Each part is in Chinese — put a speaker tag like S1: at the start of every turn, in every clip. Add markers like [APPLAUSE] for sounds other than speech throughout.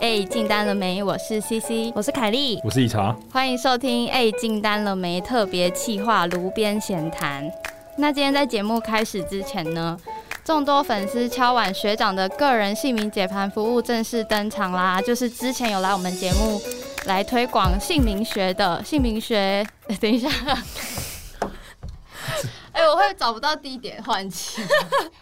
S1: 哎，进单了没？我是 CC，
S2: 我是凯莉，
S3: 我是一茶，
S1: 欢迎收听《哎，进单了没》特别企划《炉边闲谈》。那今天在节目开始之前呢，众多粉丝敲碗学长的个人姓名解盘服务正式登场啦！就是之前有来我们节目来推广姓名学的姓名学， [LAUGHS] 等一下。哎、我会找不到地点换气。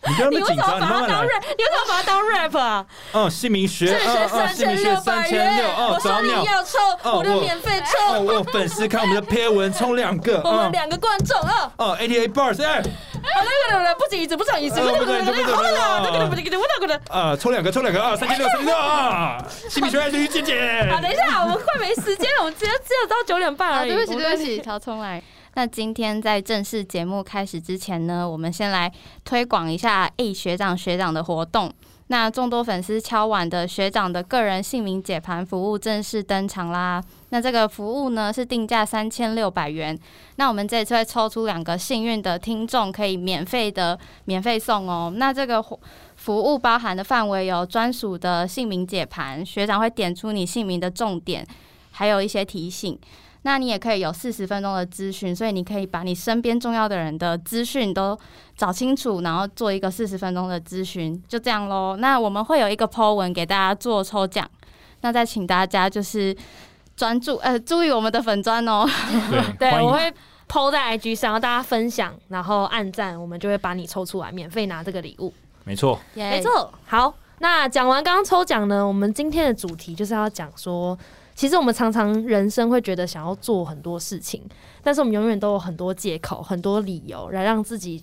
S3: 你不要那
S2: 你
S3: 么
S2: 为什
S3: 紧
S2: 么
S3: 张，
S2: 把
S3: 你慢
S2: 它
S3: 慢
S2: 当
S3: 来。
S2: rap？你为什么把它当 rap
S3: [LAUGHS]
S2: 啊？
S3: 嗯，姓名学，嗯嗯，姓名学三千六，哦，找鸟。
S2: 抽，
S3: 哦我
S2: 费
S3: 哦，我有粉丝看我们的贴文充两
S2: [LAUGHS]
S3: 个，嗯，
S2: 两个观众啊，
S3: 哦，ATA bars，哎，
S2: 好了，好了，不止一次，不止一次，
S3: 哦不止一次不止一次
S2: 好了啦，
S3: 哦
S2: 这个不这个不这个。
S3: 啊，抽两个，抽两个啊，三千
S2: [LAUGHS]
S3: 六，三千六啊，姓名学爱驴姐姐
S2: 好，，等一下，我们快没时间了，我们只有只有到九点半
S1: 啊，
S2: 而已。
S1: 对不起，
S2: 我
S1: 对不
S2: [LAUGHS]
S3: 哦
S1: 起，乔冲来。那今天在正式节目开始之前呢，我们先来推广一下 A 学长学长的活动。那众多粉丝敲碗的学长的个人姓名解盘服务正式登场啦！那这个服务呢是定价三千六百元，那我们这次会抽出两个幸运的听众，可以免费的免费送哦。那这个活服务包含的范围有专属的姓名解盘，学长会点出你姓名的重点，还有一些提醒。那你也可以有四十分钟的咨询，所以你可以把你身边重要的人的资讯都找清楚，然后做一个四十分钟的咨询，就这样喽。那我们会有一个 Po 文给大家做抽奖，那再请大家就是专注呃注意我们的粉砖哦，
S2: 对
S3: 对，，欢
S2: 我
S3: 迎，
S2: 会 PO 在 IG 上，让大家分享，然后按赞，我们就会把你抽出来，免费拿这个礼物。
S3: 没错，
S2: 没错。好，那讲完刚刚抽奖呢，我们今天的主题就是要讲说，其实我们常常人生会觉得想要做很多事情，但是我们永远都有很多借口、很多理由来让自己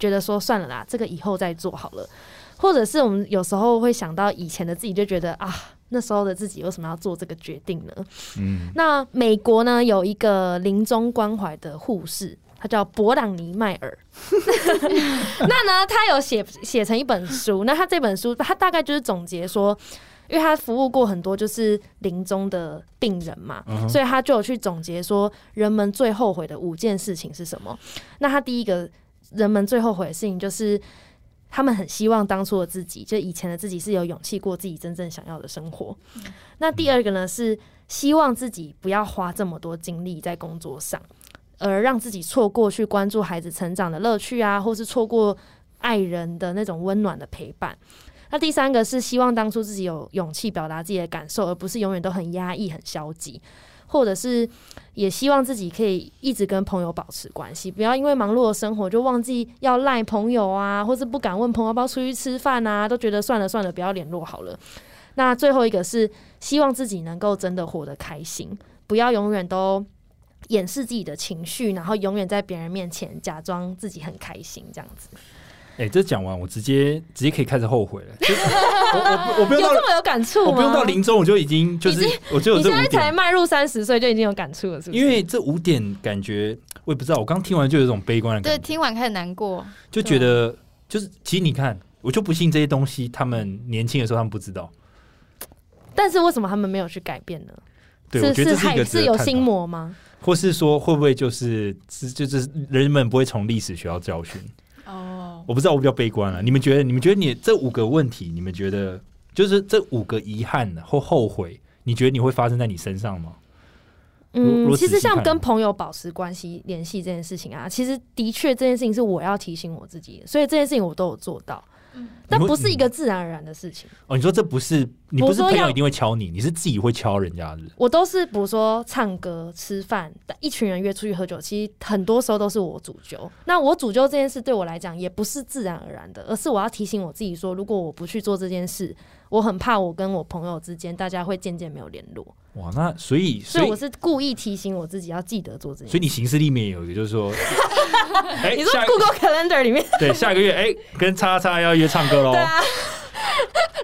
S2: 觉得说算了啦，这个以后再做好了。或者是我们有时候会想到以前的自己，就觉得啊，那时候的自己为什么要做这个决定呢？
S3: 嗯，
S2: 那美国呢有一个临终关怀的护士，她叫勃朗尼迈尔。 [LAUGHS] 那呢，她有写写成一本书。那她这本书，她大概就是总结说，因为她服务过很多就是临终的病人嘛
S3: 嗯哼
S2: 所以她就有去总结说，人们最后悔的五件事情是什么。那她第一个，人们最后悔的事情就是。他们很希望当初的自己，就以前的自己是有勇气过自己真正想要的生活。那第二个呢是希望自己不要花这么多精力在工作上，而让自己错过去关注孩子成长的乐趣啊，或是错过爱人的那种温暖的陪伴。那第三个是希望当初自己有勇气表达自己的感受，而不是永远都很压抑、很消极，或者是也希望自己可以一直跟朋友保持关系，不要因为忙碌的生活就忘记要赖朋友啊，或是不敢问朋友要不要出去吃饭啊，都觉得算了算了，不要联络好了。那最后一个是希望自己能够真的活得开心，不要永远都掩饰自己的情绪，然后永远在别人面前假装自己很开心这样子。
S3: 哎，这讲完我直接直接可以开始后悔
S2: [LAUGHS]
S3: 了，就我我我不
S2: 有
S3: 用到哦
S2: 这么有感触吗？
S3: 我不用到临终我就已经就是我就有
S2: 你
S3: 这
S2: 现在
S3: 五
S2: 才
S3: 点，
S2: 迈入三十岁就已经有感触了，是不是？
S3: 因为这五点感觉我也不知道，我刚听完就有一种悲观的
S1: 对，
S3: 感觉，
S1: 听完开始难 [LAUGHS] 过。
S3: 就觉得
S2: 啊
S3: 就是其实你看，我就不信这些东西，他们年轻的时候他们不知道。
S2: 但是为什么他们没有去改变呢？
S3: 对，我
S2: 是
S3: 觉得这是一
S2: 还
S3: 个
S2: 是
S3: 值得
S2: 有
S3: 探
S2: 心
S3: 讨
S2: 魔吗？
S3: 或是说会不会就是是就是人们不会从历史学到教训？
S1: 哦，
S3: 我不知道，我比较悲观啊了。你们觉得？你们觉得你这五个问题，你们觉得就是这五个遗憾或后悔，你觉得你会发生在你身上吗？如
S2: 嗯，
S3: 如
S2: 其
S3: 此
S2: 实
S3: 细
S2: 像
S3: 看
S2: 跟朋友保持关系、联系这件事情啊，其实的确这件事情是我要提醒我自己的，所以这件事情我都有做到。但
S3: 你会
S2: 不是一个自然而然的事情，
S3: 哦，你说这不是你
S2: 我
S3: 不是
S2: 说
S3: 朋友
S2: 要
S3: 一定会敲你，你是自己会敲人家的。
S2: 我都是比如说唱歌、吃饭，一群人约出去喝酒，其实很多时候都是我主揪。那我主揪这件事对我来讲也不是自然而然的，而是我要提醒我自己说，如果我不去做这件事，我很怕我跟我朋友之间大家会渐渐没有联络，
S3: 哇，那所以所
S2: 所以我
S3: 以
S2: 是故意提醒我自己要记得做这件
S3: 所以
S2: 事。
S3: 你行事历里面有一个就是
S2: [LAUGHS]
S3: 说，哎、
S2: 你说
S3: 下
S2: Google Calendar 里面
S3: [LAUGHS] 对下个月哎、跟叉叉要约唱歌喽。
S2: 对啊，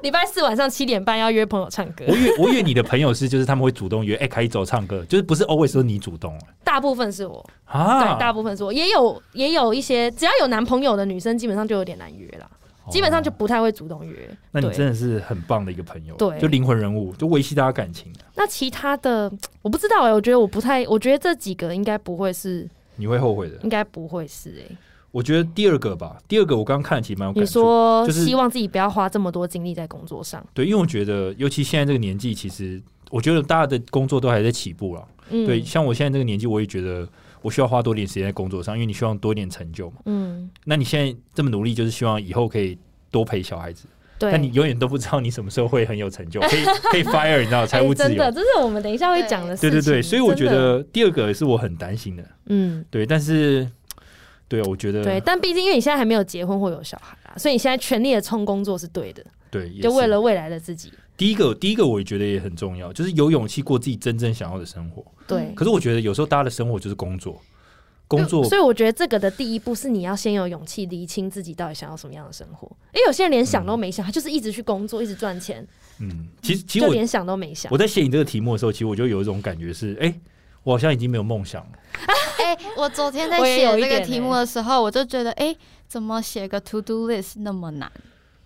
S2: 礼拜四晚上七点半要约朋友唱歌
S3: 我，以为我以为你的朋友是就是他们会主动约哎、可以走唱歌，就是不是 always 都你主动
S2: 大部分是我，对，
S3: 啊？
S2: 大部分是我，也有也有一些只要有男朋友的女生，基本上就有点难约啦，基本上就
S3: 哦
S2: 不太会主动约。
S3: 那你
S2: 对
S3: 真的是很棒的一个朋友，
S2: 对
S3: 就灵魂人物，就维系大家感情。啊
S2: 那其他的我不知道哎、我觉得我不太，我觉得这几个应该不会是，
S3: 你会后悔的。
S2: 应该不会是哎、
S3: 我我觉得第二个吧，第二个我刚刚看了其实蛮有感
S2: 你
S3: 触。
S2: 说、
S3: 就是
S2: 希望自己不要花这么多精力在工作上，
S3: 对，因为我觉得，尤其现在这个年纪，其实我觉得大家的工作都还在起步了。
S2: 嗯，
S3: 对，像我现在这个年纪，我也觉得我需要花多点时间在工作上，因为你希望多一点成就嘛。
S2: 嗯，
S3: 那你现在这么努力，就是希望以后可以多陪小孩子。
S2: 对，
S3: 但你永远都不知道你什么时候会很有成
S2: [LAUGHS]
S3: 就，可以可以 fire，你知道财务
S2: 哎
S3: 自
S2: 真
S3: 由。
S2: 的，这是我们等一下会讲的事
S3: 对
S2: 情。
S3: 对对，所以我觉
S2: 真的，
S3: 得第二个也是我很担心的。
S2: 嗯，
S3: 对，但是对，我觉得
S2: 对，但毕竟因为你现在还没有结婚或有小孩啊，所以你现在全力的冲工作是对的，
S3: 对，也
S2: 就是为了未来的自己。
S3: 第一个，第一个我也觉得也很重要，就是有勇气过自己真正想要的生活。
S2: 对，
S3: 可是我觉得有时候大家的生活就是工作，工作
S2: 所以我觉得这个的第一步是你要先有勇气厘清自己到底想要什么样的生活。因为有些人连想都没想，他就是一直去工作，一直赚钱，
S3: 嗯，其实其实
S2: 就
S3: 我
S2: 连想都没想
S3: 我。在写你这个题目的时候，其实我就有一种感觉是，哎、我好像已经没有梦想了。
S1: 哎、我昨天在
S2: 我也
S1: 写
S2: 有一
S1: 这个
S2: 点
S1: 题
S2: 欸
S1: 目的时候，我就觉得，哎、怎么写个 to do list 那么难？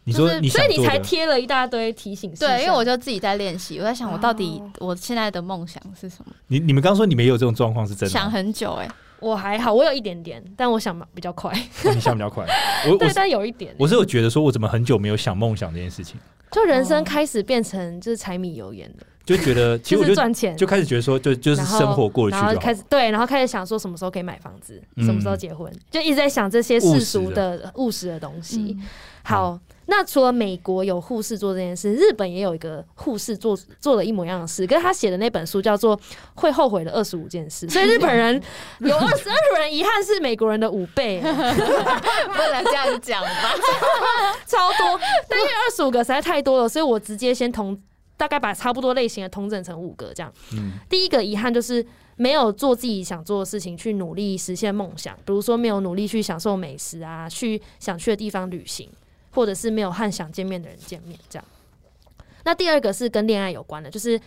S3: 你说
S1: 就是
S3: 你
S2: 所
S3: 想
S2: 以你
S3: 做
S2: 才
S3: 的，
S2: 贴了一大堆提醒事项。
S1: 对，因为我就自己在练习，我在想我到底
S2: 哦
S1: 我现在的梦想是什么？
S3: 你你们刚说你们也有这种状况是真的
S1: 想
S3: 吗？
S1: 很久、哎，
S2: 我还好，我有一点点，但我想比较快。
S3: [LAUGHS] 哦你想比较快，
S2: [LAUGHS]
S3: 我我
S2: 对，
S3: 是
S2: 但有一点，
S3: 我是有觉得说，我怎么很久没有想梦想这件事情，
S2: 就人生开始变成就是柴米油盐的，
S3: 就觉
S2: [LAUGHS]
S3: 得其实
S2: 就
S3: 我
S2: 是
S3: 就
S2: 赚钱，
S3: 就开始觉得说，就就是
S2: 然后
S3: 生活过得去
S2: 然后
S3: 就好
S2: 开。始对，然后开始想说什么时候可以买房子，
S3: 嗯
S2: 什么时候结婚，就一直在想这些世俗的务实的东西。
S1: 嗯
S2: 好，那除了美国有护士做这件事，日本也有一个护士做做了一模一样的事，跟他写的那本书叫做《会后悔的二十五件事》，所以日
S3: [LAUGHS]
S2: 本人有二十二人遗憾是美国人的五倍，欸
S1: 不能这样讲吧？
S2: 超多。但因为二十五个实在太多了，所以我直接先同大概把差不多类型的统整成五个这样。
S3: 嗯，
S2: 第一个遗憾就是没有做自己想做的事情，去努力实现梦想，比如说没有努力去享受美食啊，去想去的地方旅行，或者是没有和想见面的人见面这样。那第二个是跟恋爱有关的，就是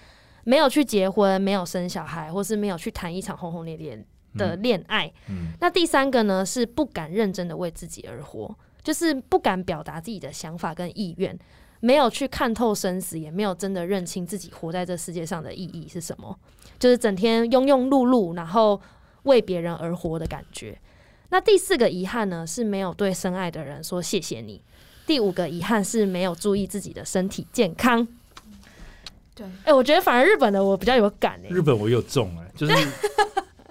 S2: 没有去结婚，没有生小孩，或是没有去谈一场轰轰烈烈的恋爱。
S3: 嗯
S2: 那第三个呢是不敢认真的为自己而活，就是不敢表达自己的想法跟意愿，没有去看透生死，也没有真的认清自己活在这世界上的意义是什么，就是整天庸庸碌碌，然后为别人而活的感觉。那第四个遗憾呢是没有对深爱的人说谢谢你。第五个遗憾是没有注意自己的身体健康。
S1: 对，
S2: 哎、我觉得反而日本的我比较有感哎、
S3: 日本我有中哎、就是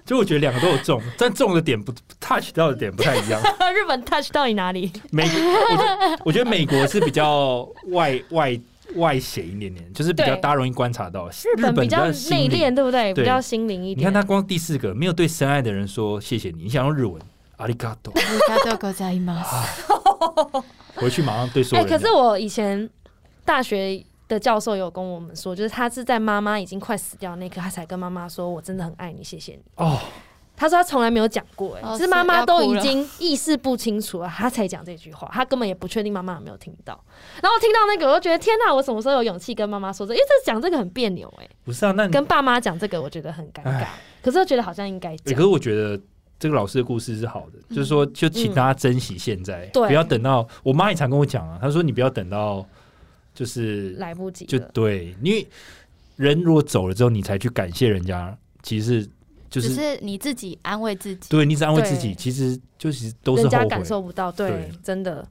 S3: 就我觉得两个都有中，但中的点不 touch 到的点不太一
S2: [LAUGHS]
S3: 样。
S2: [LAUGHS] 日本 touch 到你哪里？
S3: 美，我觉我觉得美国是比较外外外显一点点，就是比较
S2: 对
S3: 大家容易观察到。
S2: 日
S3: 日
S2: 本比较
S3: 心
S2: 内
S3: 理
S2: 敛，对不对？
S3: 对
S2: 比较心灵一
S3: 你
S2: 点。哎
S3: 看他光第四个没有对深爱的人说谢谢你，你想用日文阿里嘎多，
S1: [LAUGHS] 大家都在吗？
S3: 回去马上对所
S2: 哎、
S3: 有人啊
S2: 可
S3: 讲。
S2: 是我以前大学的教授有跟我们说，就是他是在妈妈已经快死掉那一刻，他才跟妈妈说：“我真的很爱你，谢谢你。
S3: 哦，”
S2: 他说他从来没有讲过、哎、
S1: 哦
S2: 是妈妈
S1: 是要
S3: [LAUGHS]
S2: 都
S1: 哭
S2: 已
S1: 了
S2: 经意识不清楚了，他才讲这句话，他根本也不确定妈妈有没有听到。然后我听到那个，我就觉得天哪、我什么时候有勇气跟妈妈说这？因为这讲这个很别扭、哎，
S3: 不是啊，那你
S2: 跟爸妈讲这个，我觉得很尴尬
S3: 哎，
S2: 可是又觉得好像应该
S3: 欸
S2: 讲嗯
S3: 可。是我觉得这个老师的故事是好的，就是说，就请大家珍惜现在，
S2: 对
S3: 不要等到我妈也常跟我讲啊，她说你不要等到就是
S2: 来不及
S3: 就
S2: 了，
S3: 对，因为人如果走了之后，你才去感谢人家，其实就
S1: 只
S3: 是
S1: 是你自己安慰自己。
S3: 对你只安慰自己，
S2: 对
S3: 其实就其实都是
S2: 人
S3: 后
S2: 家
S3: 悔。
S2: 感受不到，对，
S3: 对
S2: 真的。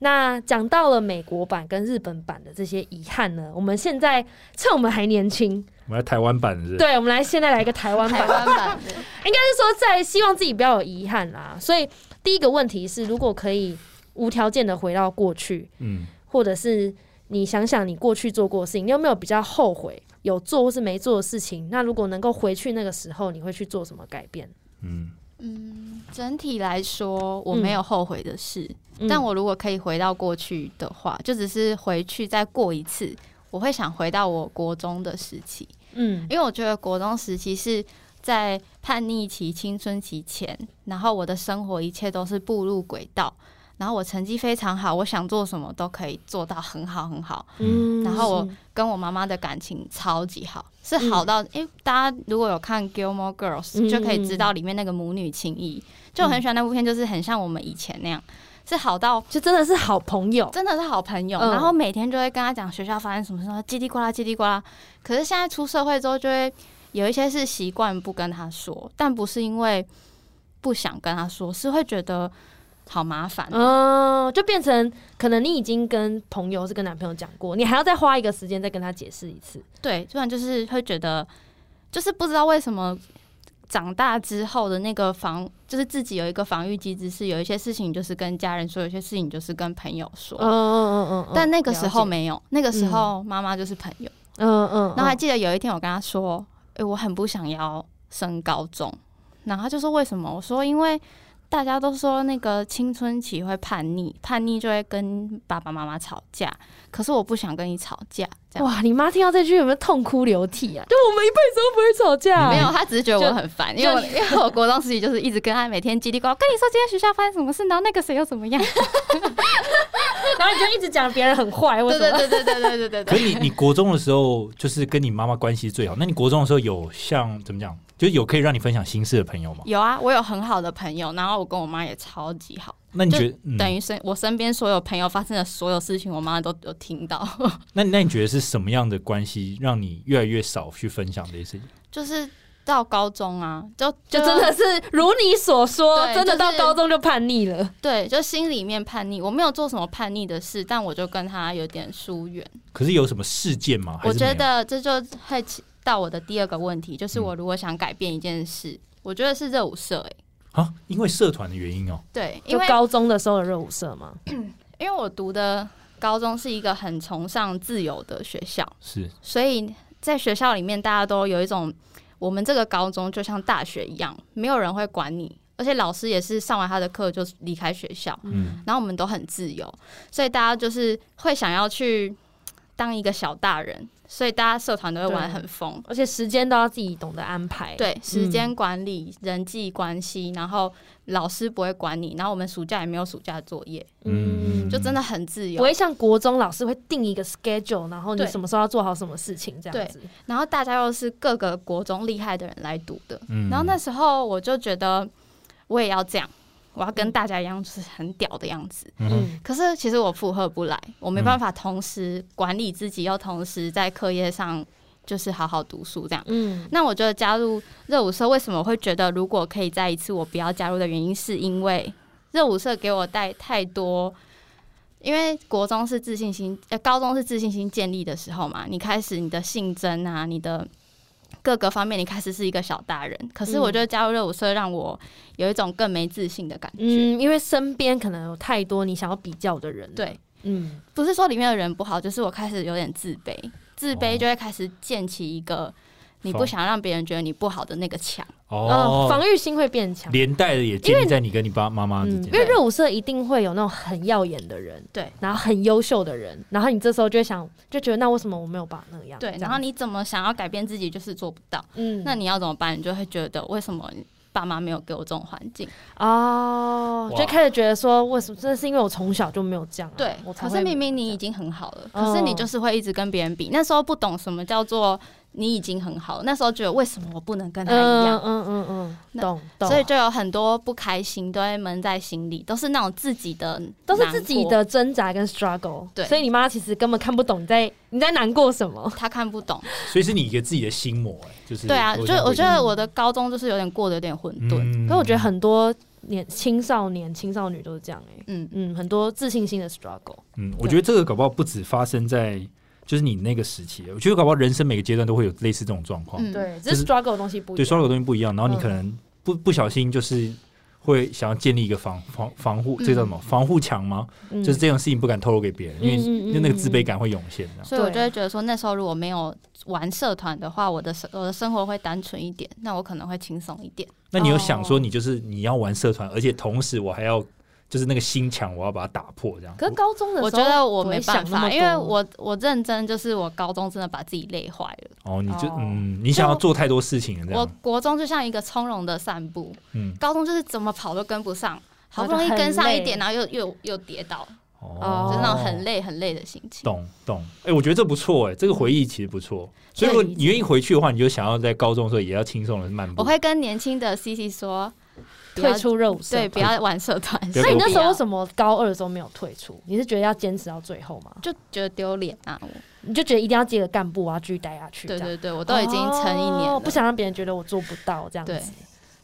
S2: 那讲到了美国版跟日本版的这些遗憾呢，我们现在趁我们还年轻，
S3: 我们在台湾版的是不是
S2: 对我们来现在来一个台湾版
S1: 台，湾版的，
S2: 就是说在希望自己不要有遗憾啦。所以第一个问题是，如果可以无条件的回到过去，
S3: 嗯，
S2: 或者是你想想你过去做过的事情，你有没有比较后悔有做或是没做的事情？那如果能够回去那个时候，你会去做什么改变？
S3: 嗯，
S1: 嗯，整体来说我没有后悔的事，
S2: 嗯
S1: 但我如果可以回到过去的话，就只是回去再过一次，我会想回到我国中的时期，
S2: 嗯
S1: 因为我觉得国中时期是在叛逆期、青春期前，然后我的生活一切都是步入轨道。然后我成绩非常好，我想做什么都可以做到很好很好。
S2: 嗯，
S1: 然后我跟我妈妈的感情超级好，是
S2: 嗯
S1: 好到诶、大家如果有看《Gilmore Girls、
S2: 嗯
S1: 就可以知道里面那个母女情谊，就我很喜欢那部片，就是很像我们以前那样，是好到
S2: 就真的是好朋友，
S1: 真的是好朋友，
S2: 嗯
S1: 然后每天就会跟他讲学校发生什么事，叽里呱啦叽里呱啦。可是现在出社会之后，就会有一些是习惯不跟他说，但不是因为不想跟他说，是会觉得好麻烦。
S2: 嗯，就变成可能你已经跟朋友是跟男朋友讲过，你还要再花一个时间再跟他解释一次。
S1: 对，突然就是会觉得，就是不知道为什么长大之后的那个防，就是自己有一个防御机制，是有一些事情就是跟家人说，有些事情就是跟朋友说。
S2: 嗯嗯嗯嗯。
S1: 但那个时候
S2: 了解，
S1: 没有，那个时候妈妈就是朋友。
S2: 嗯嗯，
S1: 然后还
S2: 嗯
S1: 记得有一天我跟他说，诶、我很不想要升高中，然后他就说为什么？我说因为。大家都说那个青春期会叛逆，叛逆就会跟爸爸妈妈吵架。可是我不想跟你吵架，这样
S2: 哇，你妈听到这句有没有痛哭流涕啊？就我们一辈子都不会吵架，
S1: 没有，他只是觉得
S2: 就
S1: 我很烦，因为我因 [LAUGHS] 为我国中时期就是一直跟他每天叽里呱，啦，跟你说今天学校发生什么事，然后那个谁又怎么样？
S2: 然后你就一直讲别人很坏，为
S1: [LAUGHS] 对
S2: 什么？
S1: 对对对对对对对
S3: 可
S1: 对。
S3: 是你你国中的时候就是跟你妈妈关系最好，那你国中的时候有像怎么讲，就是有可以让你分享心事的朋友吗？
S1: [LAUGHS] 有啊，我有很好的朋友，然后我跟我妈也超级好，
S3: 那你觉得，
S1: 等
S3: 嗯、
S1: 于身我身边所有朋友发生的所有事情，我妈都有听到。 [LAUGHS]
S3: 那你那你觉得是什么样的关系让你越来越少去分享这些事情？
S1: 就是到高中啊， [LAUGHS] 就
S2: 就真的是如你所说，
S1: 对
S2: 真的到
S1: 就是
S2: 高中就叛逆了。
S1: 对，就心里面叛逆。我没有做什么叛逆的事，但我就跟他有点疏远。
S3: 可是有什么事件吗？还
S1: 我
S3: 是没有
S1: 觉得这就会起到我的第二个问题，
S3: 嗯
S1: 就是我如果想改变一件事，我觉得是热舞社、欸。
S3: 啊，因为社团的原因哦、
S1: 对，因
S2: 就
S1: 为
S2: 高中的时候的热舞社嘛，
S1: 因为我读的高中是一个很崇尚自由的学校，
S3: 是
S1: 所以在学校里面，大家都有一种我们这个高中就像大学一样，没有人会管你，而且老师也是上完他的课就离开学校，
S3: 嗯
S1: 然后我们都很自由，所以大家就是会想要去当一个小大人，所以大家社团都会玩
S2: 对
S1: 很疯。
S2: 而且时间都要自己懂得安排。，
S1: 对，时间管理、人际关系，然后老师不会管你，然后我们暑假也没有暑假作业，
S3: 嗯，
S1: 就真的很自由
S2: 不。会像国中老师会定一个 schedule，然后你
S1: 对
S2: 什么时候要做好什么事情这样子。
S1: 然后大家又是各个国中厉害的人来读的，
S3: 嗯
S1: 然后那时候我就觉得我也要这样，我要跟大家一样，就是很屌的样子。
S3: 嗯哼
S2: 嗯，
S1: 可是其实我负荷不来，我没办法同时管理自己，又同时在课业上就是好好读书这样。
S2: 嗯，
S1: 那我觉得加入热舞社，为什么会觉得如果可以再一次，我不要加入的原因，是因为热舞社给我带太多。因为国中是自信心，呃，高中是自信心建立的时候嘛，你开始你的性征啊，你的各个方面，你开始是一个小大人。可是我觉得加入热舞社，让我有一种更没自信的感觉。
S2: 嗯，因为身边可能有太多你想要比较的人。，
S1: 对，
S2: 嗯，
S1: 不是说里面的人不好，就是我开始有点自卑，自卑就会开始建起一个你不
S3: 好
S1: 想让别人觉得你不好的那个墙。
S3: 哦啊
S2: 呃，，防御心会变强。
S3: 连带的也建立在你跟你爸妈妈之
S2: 嗯，
S3: 间
S2: 因。为热舞社一定会有那种很耀眼的人，
S1: 对，
S2: 然后很优秀的人，然后你这时候就会想，就觉得那为什么我没有办法那样？
S1: 对，
S2: 这
S1: 然
S2: 样
S1: 后你怎么想要改变自己，就是做不到。
S2: 嗯，
S1: 那你要怎么办？你就会觉得为什么爸妈没有给我这种环境？
S2: 哦，
S3: 哇
S2: 就开始觉得说，为什么？真的是因为我从小就没有这样啊、
S1: 对
S2: 我，才
S1: 可
S2: 会
S1: 是明明你已经很好了，
S2: 哦
S1: 可是你就是会一直跟别人比。那时候不懂什么叫做你已经很好，那时候觉得为什么我不能跟他一
S2: 嗯
S1: 样？
S2: 嗯嗯嗯，
S1: 那
S2: 懂懂，
S1: 所以就有很多不开心都会闷在心里，都是那种自己的，
S2: 都是自己。的挣扎跟 struggle，
S1: 对
S2: 所以你妈其实根本看不懂你在你在难过什么，
S1: 他看不懂，
S3: 所以是你一个自己的心魔、哎就是
S1: 对啊，就
S3: 我想
S1: 我
S3: 回
S1: 觉得我的高中就是有点过得有点混沌，
S3: 嗯
S2: 可我觉得很多年青少年青少女都是这样哎、欸，
S1: 嗯，
S2: 嗯，很多自信心的 struggle，
S3: 嗯，我觉得这个搞不好不止发生在就是你那个时期，我觉得搞不好人生每个阶段都会有类似这种状况。
S1: 嗯
S2: 对，
S3: 就
S2: 只
S3: 是
S2: 是 struggle 的东西不一
S3: 对，
S2: 样，
S3: 双手东西不一样，然后你可
S2: 嗯
S3: 能不不小心就是会想要建立一个防防防护，这叫什么防护墙吗？
S2: 嗯
S3: 就是这种事情不敢透露给别人，因为
S2: 嗯嗯嗯
S3: 因为那个自卑感会涌现。啊这样
S1: 所以我就
S2: 对
S1: 会觉得说，那时候如果没有玩社团的话，我的生我的生活会单纯一点，那我可能会轻松一点。
S3: 那你有想
S2: 哦
S3: 说你就是你要玩社团，而且同时我还要就是那个心墙，我要把它打破这样。
S2: 可是高中的时候，
S1: 我觉得我
S2: 不会
S1: 没办
S2: 想那么
S1: 法，
S2: 多
S1: 因为我我认真就是我高中真的把自己累坏了。
S3: 哦，你就
S2: 哦
S3: 嗯，你想要做太多事情了这
S1: 我
S3: 样。
S1: 国中就像一个从容的散步，
S3: 嗯，
S1: 高中就是怎么跑都跟不上，好
S2: 然后
S1: 不容易
S2: 就很
S1: 跟上一
S2: 累
S1: 点，然后又又又跌倒，
S2: 哦
S1: 就
S3: 哦，
S1: 是那种很累很累的心情。
S3: 懂懂，哎、我觉得这不错，哎，这个回忆其实不错。所以如果你愿意回去的话，你就想要在高中的时候也要轻松的漫步。
S1: 我会跟年轻的 C C 说，不要
S2: 退出热舞社，
S1: 对，不要玩社团。
S3: 不要
S2: 那你
S3: 给
S2: 那
S3: 我
S2: 时候为
S1: 么
S2: 什么高二的时候没有退出？你是觉得要坚持到最后吗？
S1: 就觉得丢脸啊？我
S2: 你就觉得一定要接个干部啊，继续待下去？
S1: 对
S2: 这样，哦
S1: 对对，我都已经成一年了，
S2: 哦不想让别人觉得我做不到这样子
S1: 对。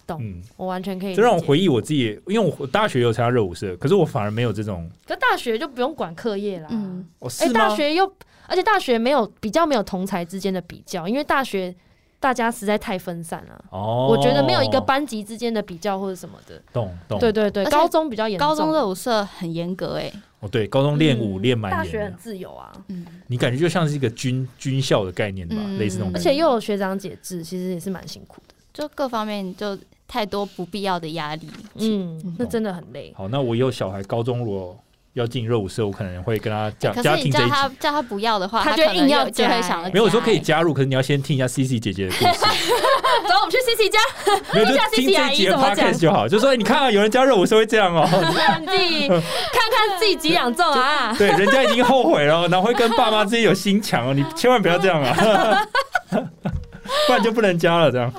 S2: 懂，
S3: 嗯，
S2: 我完全可以理
S3: 这
S2: 解。
S3: 让我回忆我自己，因为我大学有参加热舞社，可是我反而没有这种
S2: 可大学就不用管课业啦。
S1: 嗯，
S3: 哦，
S2: 哎、
S3: 是吗？
S2: 大学又，而且大学没有比较，没有同才之间的比较，因为大学大家实在太分散了。
S3: 哦，
S2: 我觉得没有一个班级之间的比较或者什么的。
S3: 懂懂，
S2: 对对对，
S1: 而且
S2: 高中比较严重，
S1: 高中热舞社很严格哎、
S3: 哦对，高中练舞
S2: 嗯
S3: 练蛮
S2: 大
S3: 严
S2: 学很
S3: 的，
S2: 自由啊，
S1: 嗯，
S3: 你感觉就像是一个军军校的概念吧，
S1: 嗯
S3: 类似那种
S2: 而
S3: 感觉，
S2: 且又有学长姐制，其实也是蛮辛苦的。
S1: 就各方面就太多不必要的压力。
S2: 嗯，那真的很累。
S3: 好，那我以后小孩高中如果要进热舞社，我可能会跟他讲，
S1: 可
S3: 家
S1: 是你
S3: 听这
S1: 叫
S3: 一集
S1: 他。叫他不要的话，
S2: 他
S1: 他
S2: 就会
S1: 可能
S2: 硬要啊
S1: 又就会
S2: 加
S1: 想要
S3: 没有我说
S1: 加
S3: 可以
S1: 欸
S3: 加入，可是你要先听一下 C C 姐姐的故事，
S1: [LAUGHS]
S2: [LAUGHS]
S1: 走，我们去 C C 家，
S3: 没有就
S1: 下 CC
S3: 听这
S1: 阿
S3: 一
S1: 姨
S3: 集的
S1: 怎么讲
S3: podcast 就好，就说哎你看啊，有人加热舞社会这样哦，
S1: 你自己看看自己几两重 [LAUGHS]
S2: [LAUGHS]
S1: 啊。
S3: 对，人家已经后悔了，然后会跟爸妈之间有心墙哦，
S2: [LAUGHS]
S3: 你千万不要这样啊， [LAUGHS] 不然就不能加了这样。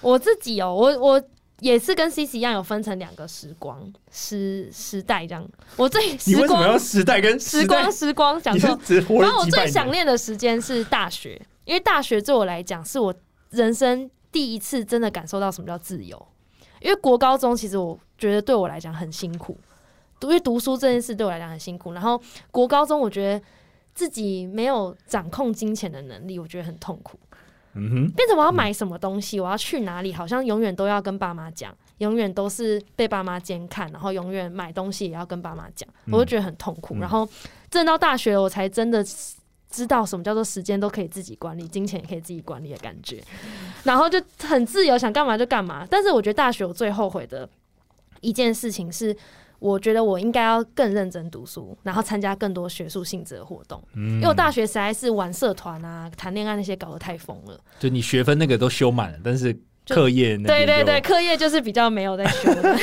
S2: 我自己哦，我我也是跟 C C 一样，有分成两个时光时时代这样。我最
S3: 你
S2: 时
S3: 为什么要
S2: 光
S3: 时代跟
S2: 时
S3: 代
S2: 光？时光讲
S3: 你
S2: 错
S3: 是，只活
S2: 然后
S3: 了
S2: 我
S3: 几百
S2: 最
S3: 年？
S2: 想念的时间是大学，因为大学对我来讲是我人生第一次真的感受到什么叫自由。因为国高中其实我觉得对我来讲很辛苦，因为读书这件事对我来讲很辛苦。然后国高中我觉得自己没有掌控金钱的能力，我觉得很痛苦。
S3: 嗯哼，
S2: 变成我要买什么东西，我要去哪里，好像永远都要跟爸妈讲，永远都是被爸妈监看，然后永远买东西也要跟爸妈讲，
S3: 嗯
S2: 我就觉得很痛苦。
S3: 嗯
S2: 然后正到大学，我才真的知道什么叫做时间都可以自己管理，金钱也可以自己管理的感觉。然后就很自由，想干嘛就干嘛。但是我觉得大学我最后悔的一件事情是。我觉得我应该要更认真读书，然后参加更多学术性质的活动，
S3: 嗯，
S2: 因为我大学实在是玩社团啊、谈恋爱那些搞得太疯了。
S3: 就你学分那个都修满了，但是
S2: 就
S3: 课业那
S2: 对
S3: 边就
S2: 对对，，课业就是比较没
S3: [LAUGHS]
S2: 有在修的。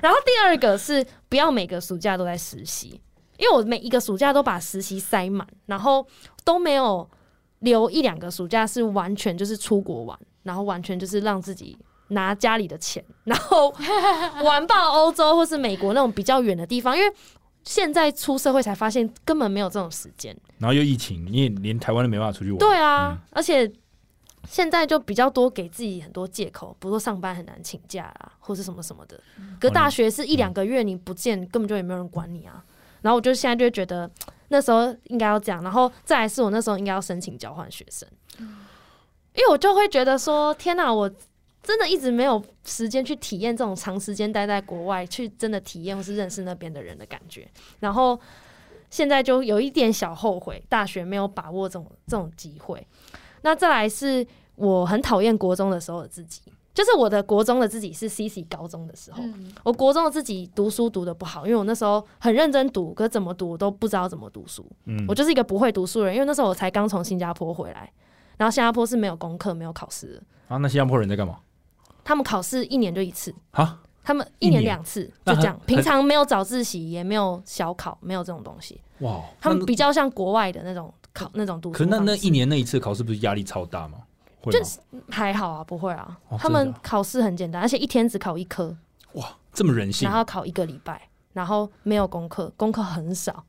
S2: 然后第二个是不要每个暑假都在实习，因为我每一个暑假都把实习塞满，然后都没有留一两个暑假是完全就是出国玩，然后完全就是让自己。拿家里的钱，
S3: [LAUGHS]
S2: 然后玩爆欧洲或是美国那种比较远的地方，因为现在出社会才发现根本没有这种时间。
S3: 然后又疫情，你也连台湾都没办法出去玩。
S2: 对啊，
S3: 嗯
S2: 而且现在就比较多给自己很多借口，比如说上班很难请假啊，或是什么什么的。可
S3: 哦
S2: 大学是一两个月你不见，根本就也没有人管你啊。然后我就现在就会觉得嗯那时候应该要这样，然后再来是我那时候应该要申请交换学生，因为我就会觉得说，天哪、我。真的一直没有时间去体验这种长时间待在国外，去真的体验或是认识那边的人的感觉。然后现在就有一点小后悔，大学没有把握这种这种机会。那再来是我很讨厌国中的时候的自己，就是我的国中的自己是 C C 高中的时候，
S1: 嗯
S2: 我国中的自己读书读的不好，因为我那时候很认真读，可是怎么读我都不知道怎么读书，
S3: 嗯
S2: 我就是一个不会读书的人，因为那时候我才刚从新加坡回来，然后新加坡是没有功课没有考试的，
S3: 啊，那新加坡人在干嘛？
S2: 他们考试一年就一次，
S3: 啊，
S2: 他们
S3: 一
S2: 一年
S3: 年
S2: 两次
S3: 那
S2: 就
S3: 很
S2: 这样
S3: 很，
S2: 平常没有早自习也没有小考，没有这种东西。
S3: 哇，
S2: 他们
S3: 那
S2: 比较像国外的那种考那种读书
S3: 可
S2: 方
S3: 是
S2: 式。
S3: 那那一年那一次考试不是压力超大吗？会
S2: 就
S3: 吗？
S2: 还好啊，不会啊。
S3: 哦
S2: 他
S3: 真
S2: 们
S3: 的啊
S2: 考试很简单，而且一天只考一科，
S3: 哇，这么人性
S2: 然。后考一个礼拜，然后没有功课，功课很少。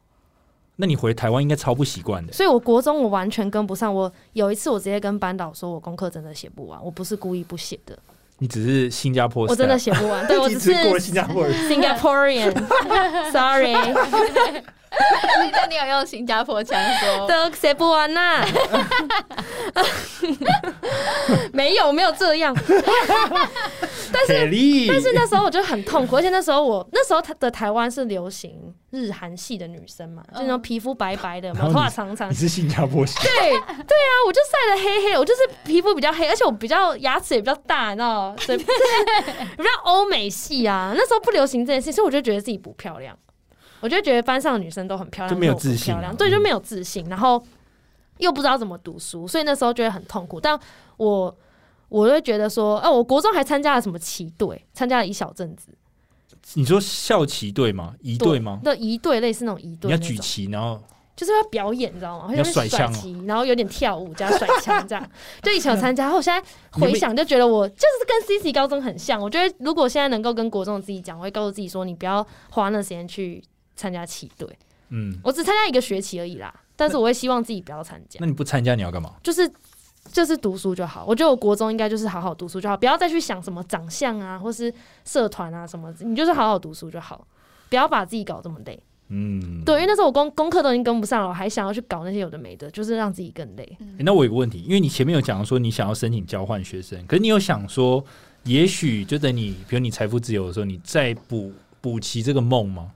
S3: 那你回台湾应该超不习惯的。
S2: 所以我国中我完全跟不上。我有一次我直接跟班导说，我功课真的写不完，我不是故意不写的，
S3: 你只是新加坡 style，
S2: 我真的写不
S3: [LAUGHS]
S2: 完。对我
S3: 你
S2: 只
S3: 只
S2: 是
S3: 是过了新加坡人。 [LAUGHS]
S2: Singaporean，sorry，
S1: [LAUGHS] 但你有用新加坡腔说，
S2: 都写不完呐、 [LAUGHS] 没有没有这样，
S3: 但是
S2: 但是那时候我就很痛苦，而且那时候我那时候的台湾是流行日韩系的女生嘛，就那种皮肤白白的嘛，
S3: 嗯然后
S2: 头
S3: 你
S2: 发长长
S3: [LAUGHS] 你。是新加坡人，
S2: 对对啊，我就晒得黑黑，我就是皮肤比较黑，而且我比较牙齿也比较大，你知道吗？所以 [LAUGHS] 比较欧美系啊。那时候不流行这件事，所以我就觉得自己不漂亮，我就觉得班上的女生都很漂亮，
S3: 就没有
S2: 可是我不
S3: 自信啊
S2: 漂亮
S3: 嗯
S2: 对，就没有自信，然后又不知道怎么读书，所以那时候觉得很痛苦。但我我就会觉得说，哦、我国中还参加了什么旗队，参加了一小阵子，
S3: 你说校旗队吗？仪队吗？
S2: 那一队类似那种一
S3: 你
S2: 队
S3: 要
S2: 那
S3: 举
S2: 种。
S3: 旗，然后
S2: 就是要表演，你知道吗？会
S3: 要
S2: 在那边
S3: 甩枪哦
S2: 旗，然后有点跳舞加甩枪这样。就以前有参加，然后我现在回想就觉得我就是跟 C C 高中很像。我觉得如果现在能够跟国中的自己讲，我会告诉自己说，你不要花那时间去参加旗队。
S3: 嗯，
S2: 我只参加一个学期而已啦，但是我会希望自己不要参加
S3: 那，你不参加你要干嘛？
S2: 就是就是读书就好。我觉得我国中应该就是好好读书就好，不要再去想什么长相啊，或是社团啊什么，你就是好好读书就好，不要把自己搞这么累。
S3: 嗯，
S2: 对，因为那时候我功功课都已经跟不上了，我还想要去搞那些有的没的，就是让自己更累。
S3: 诶那我有个问题，因为你前面有讲说你想要申请交换学生，可是你有想说，也许就等你，比如你财富自由的时候，你再补补齐这个梦吗？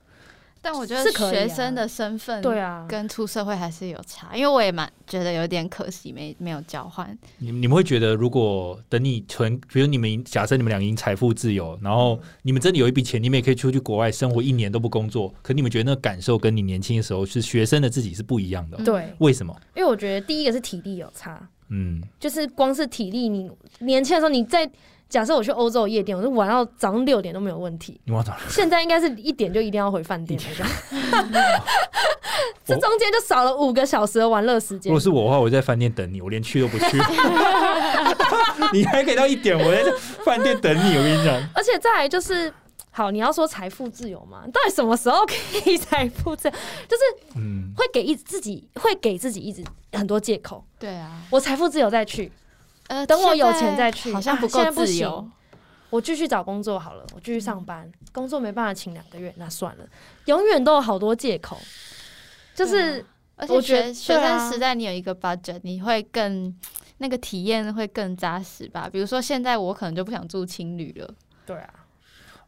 S1: 但我觉得
S2: 是可以
S1: 学
S2: 啊
S1: 生的身份
S2: 对啊，
S1: 跟出社会还是有差，因为我也蛮觉得有点可惜没没有交换。
S3: 你你们会觉得，如果等你存，比如你们假设你们两个已经财富自由，然后你们真的有一笔钱，你们也可以出去国外生活一年都不工作，可你们觉得那个感受跟你年轻的时候是学生的自己是不一样的，
S1: 嗯
S2: 对，
S3: 为什么？
S2: 因为我觉得第一个是体力有差，
S3: 嗯，
S2: 就是光是体力，你年轻的时候你在。假设我去欧洲夜店，我是玩到早上六点都没有问题。
S3: 你忘了，
S2: 现在应该是一点就一定要回饭店了这样， [LAUGHS] 这
S3: 我
S2: 中间就少了五个小时的玩乐时
S3: 如
S2: 间
S3: 果。是我的话，我在饭店等你，我连去都 [LAUGHS] 不去。你还可以到一点，我在饭店等你。我跟你讲，
S2: 而且再来就是，好，你要说财富自由嘛？到底什么时候可以 [LAUGHS] 财富自由？就是
S3: 嗯，
S2: 会给一自己会给自己一直很多借口。
S1: 对啊，
S2: 我财富自由再去，
S1: 呃，
S2: 等我
S1: 现在
S2: 有钱再去
S1: 好像不够
S2: 啊现在不
S1: 自由
S2: 行。我继续找工作好了，我继续上
S1: 嗯
S2: 班，工作没办法请两个月，那算了，永远都有好多借口。
S1: 啊
S2: 就是、
S1: 而
S2: 我
S1: 且
S2: 觉
S1: 学
S2: 得
S1: 学
S2: 对啊
S1: 生时代你有一个 budget，你会更那个体验会更扎实吧？比如说现在我可能就不想住青旅了，
S2: 对啊，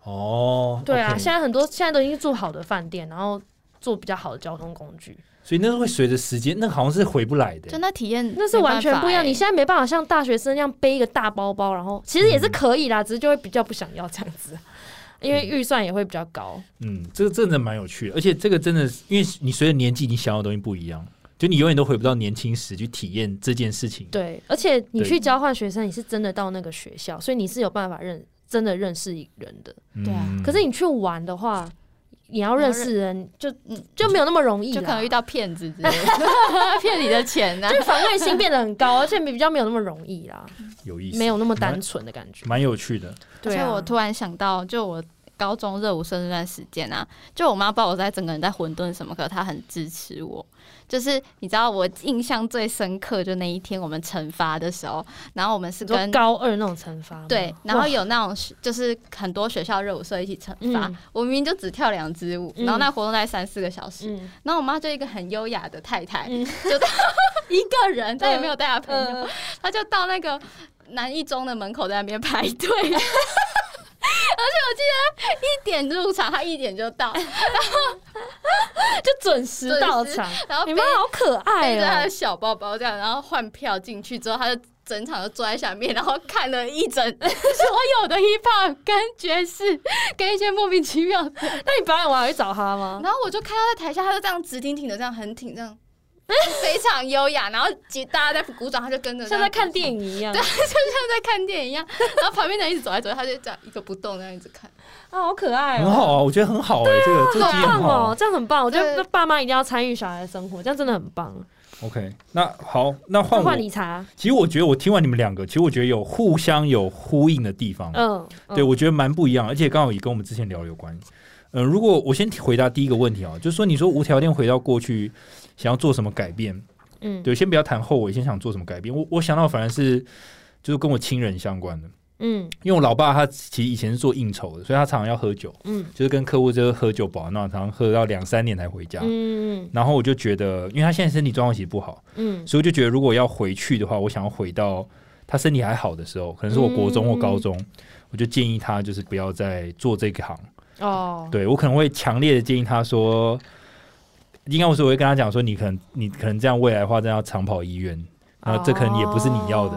S3: 哦，
S2: 对啊
S3: OK
S2: 现在很多现在都已经住好的饭店，然后坐比较好的交通工具，
S3: 所以那是会随着时间，那个好像是回不来
S1: 就
S3: 的。
S1: 那体验
S2: 那是完全不一样。
S1: 没办
S2: 你
S1: 法欸
S2: 现在没办法像大学生那样背一个大包包，然后其实
S3: 嗯
S2: 也是可以啦，只是就会比较不想要这样子，因为预算也会比较高。
S3: 嗯，这个真的蛮有趣的，而且这个真的是，因为你随着年纪，你想要的东西不一样，就你永远都回不到年轻时去体验这件事情。
S2: 对，而且你
S3: 对
S2: 去交换学生，你是真的到那个学校，所以你是有办法认真的认识人的。
S3: 嗯
S1: 对啊
S2: 可是你去玩的话，你要认识人就
S1: 嗯
S2: 就没有那么容易啦，
S1: 就可能遇到骗子之类
S2: [LAUGHS]
S1: 的，骗你的钱啊呐、
S2: 就是防卫心变得很高，而且比较没有那么容易啦，
S3: 有意思，嗯
S2: 没有那么单纯的感觉。
S3: 蛮有趣的。
S1: 而
S2: 对
S1: 且
S2: 啊，
S1: 我突然想到，就我高中热舞社那段时间啊，就我妈不知道我在整个人在混沌什么，可她很支持我。就是你知道，我印象最深刻就那一天我们惩罚的时候，然后我们是
S2: 你说
S1: 跟
S2: 高二那种惩罚吗，
S1: 对，然后
S2: 哦哇
S1: 有那种学就是很多学校热舞社一起惩罚，
S2: 嗯
S1: 我明明就只跳两支舞，
S2: 嗯
S1: 然后那活动大概三四个小时， [LAUGHS]
S2: 嗯
S1: 然后我妈就一个很优雅的太太，
S2: 嗯
S1: [LAUGHS] 就一个人，她也没有带她朋友，
S2: 嗯，
S1: 他就到那个南一中的门口在那边排队。 [LAUGHS] 而且我记得一点入场，他一点就到，
S2: 哎就准时到
S1: 准时
S2: 场。
S1: 然后
S2: 你
S1: 背
S2: 妈好可爱
S1: 背着他
S2: 啊 [LAUGHS]
S1: 的！小包包这样，然后换票进去之后，他就整场就坐在下面，然后看了一整 [LAUGHS] 所有的 hip hop 跟爵士跟一些莫名其妙的。
S2: 那你表演完还会找他吗？
S1: 然后我就看他在台下，他就这样直挺挺的，这样很挺，这样非常优雅。然后几大家在鼓掌，他就跟着这
S2: 像
S1: 样
S2: 在看电影一样，
S1: 对，就 [LAUGHS] 啊像在看电影一样。然后旁边的人一直走来走去，他就这样一个不动，这样一直看。
S2: 啊，好可爱
S3: 很好
S2: 哦，
S3: 啊，我觉得很好哎、这个这个
S1: 好
S3: 经验
S2: 棒
S3: 很好
S2: 哦
S3: 啊。，
S2: 这样很棒。我觉得
S1: 对
S2: 爸妈一定要参与小孩的生活，这样真的很棒。
S3: OK，那好，那换
S2: 那
S3: 我。
S2: 换理查，
S3: 其实我觉得我听完你们两个，其实我觉得有互相有呼应的地方。
S2: 嗯，嗯
S3: 对，我觉得蛮不一样，而且刚好也跟我们之前聊有关。嗯、如果我先回答第一个问题啊，就是说你说无条件回到过去，想要做什么改变？
S2: 嗯
S3: 对，先不要谈后悔，先想做什么改变。我我想到反而是就是跟我亲人相关的，
S2: 嗯
S3: 因为我老爸他其实以前是做应酬的，所以他常常要喝酒，
S2: 嗯
S3: 就是跟客户就是喝酒保那常常喝到两三点才回家。
S2: 嗯
S3: 然后我就觉得，因为他现在身体状况其实不好，
S2: 嗯
S3: 所以我就觉得如果要回去的话，我想要回到他身体还好的时候，可能是我国中或高中，我就建议他就是不要再做这个行。
S2: 哦，
S3: 对我可能会强烈的建议他说，应该我说我会跟他讲说，你可能你可能这样未来的话，真的要长跑医院，然后这可能也不是你要的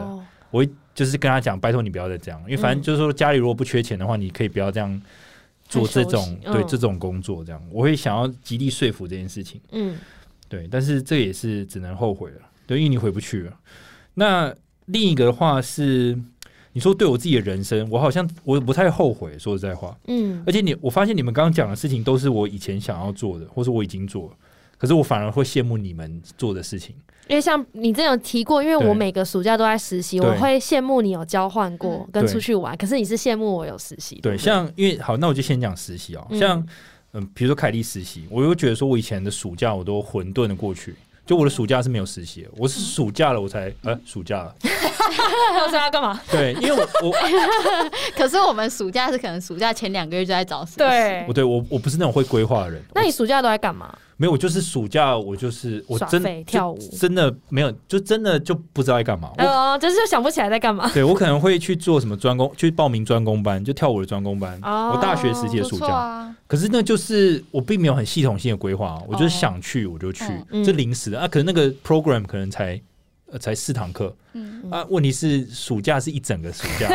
S2: 哦
S3: 就是跟他讲，拜托你不要再这样，因为反正
S2: 嗯
S3: 就是说家里如果不缺钱的话，你可以不要这样做这
S2: 太
S3: 种
S2: 熟悉、嗯
S3: 对这种工作这样，我会想要极力说服这件事情。
S2: 嗯
S3: 对，但是这也是只能后悔了，对，因为你回不去了。那另一个的话是，你说对我自己的人生，我好像我不太后悔，说实在话。
S2: 嗯
S3: 而且你，我发现你们刚刚讲的事情都是我以前想要做的，或是我已经做了，可是我反而会羡慕你们做的事情。
S2: 因为像你之前有提过，因为
S3: 对
S2: 我每个暑假都在实习，
S3: 对
S2: 我会羡慕你有交换过
S1: 嗯
S2: 跟
S3: 对
S2: 出去玩，可是你是羡慕我有实习。
S3: 对，
S2: 不
S3: 像因为好，那我就先讲实习哦，像
S2: 嗯
S3: 嗯，比如说凯莉实习，我又觉得说我以前的暑假我都混沌的过去，就我的暑假是没有实习的，我是暑假了我才呃
S2: 嗯
S3: 暑假了，
S1: [LAUGHS]
S2: 那是要干嘛？
S3: 对，因为我
S2: [LAUGHS]
S3: 我
S1: 可是我们暑假是可能暑假前两个月就在找实习，，
S2: 对
S3: 我，对我我不是那种会规划的人，
S2: 那你暑假都在干嘛？
S3: 没有，我就是暑假我就是我
S2: 耍
S3: 真
S2: 废
S3: 就
S2: 跳舞
S3: 真的没有，就真的就不知道在干嘛。我
S2: 呃，就是想不起来在
S1: [LAUGHS]
S2: 干嘛。
S3: [LAUGHS] 对我可能会去做什么专攻，去报名专攻班，就跳舞的专攻班。
S2: 哦
S3: 我大学时期的
S1: 不
S3: 暑
S1: 错
S3: 假，
S1: 啊，
S3: 可是那就是我并没有很系统性的规划，我就是
S1: 哦
S3: 想去我就去，
S2: 嗯
S3: 这临时的啊。可是那个 program 可能才。呃，才四堂课
S1: 嗯，
S3: 啊！问题是暑假是一整个暑
S1: [LAUGHS]
S3: 假，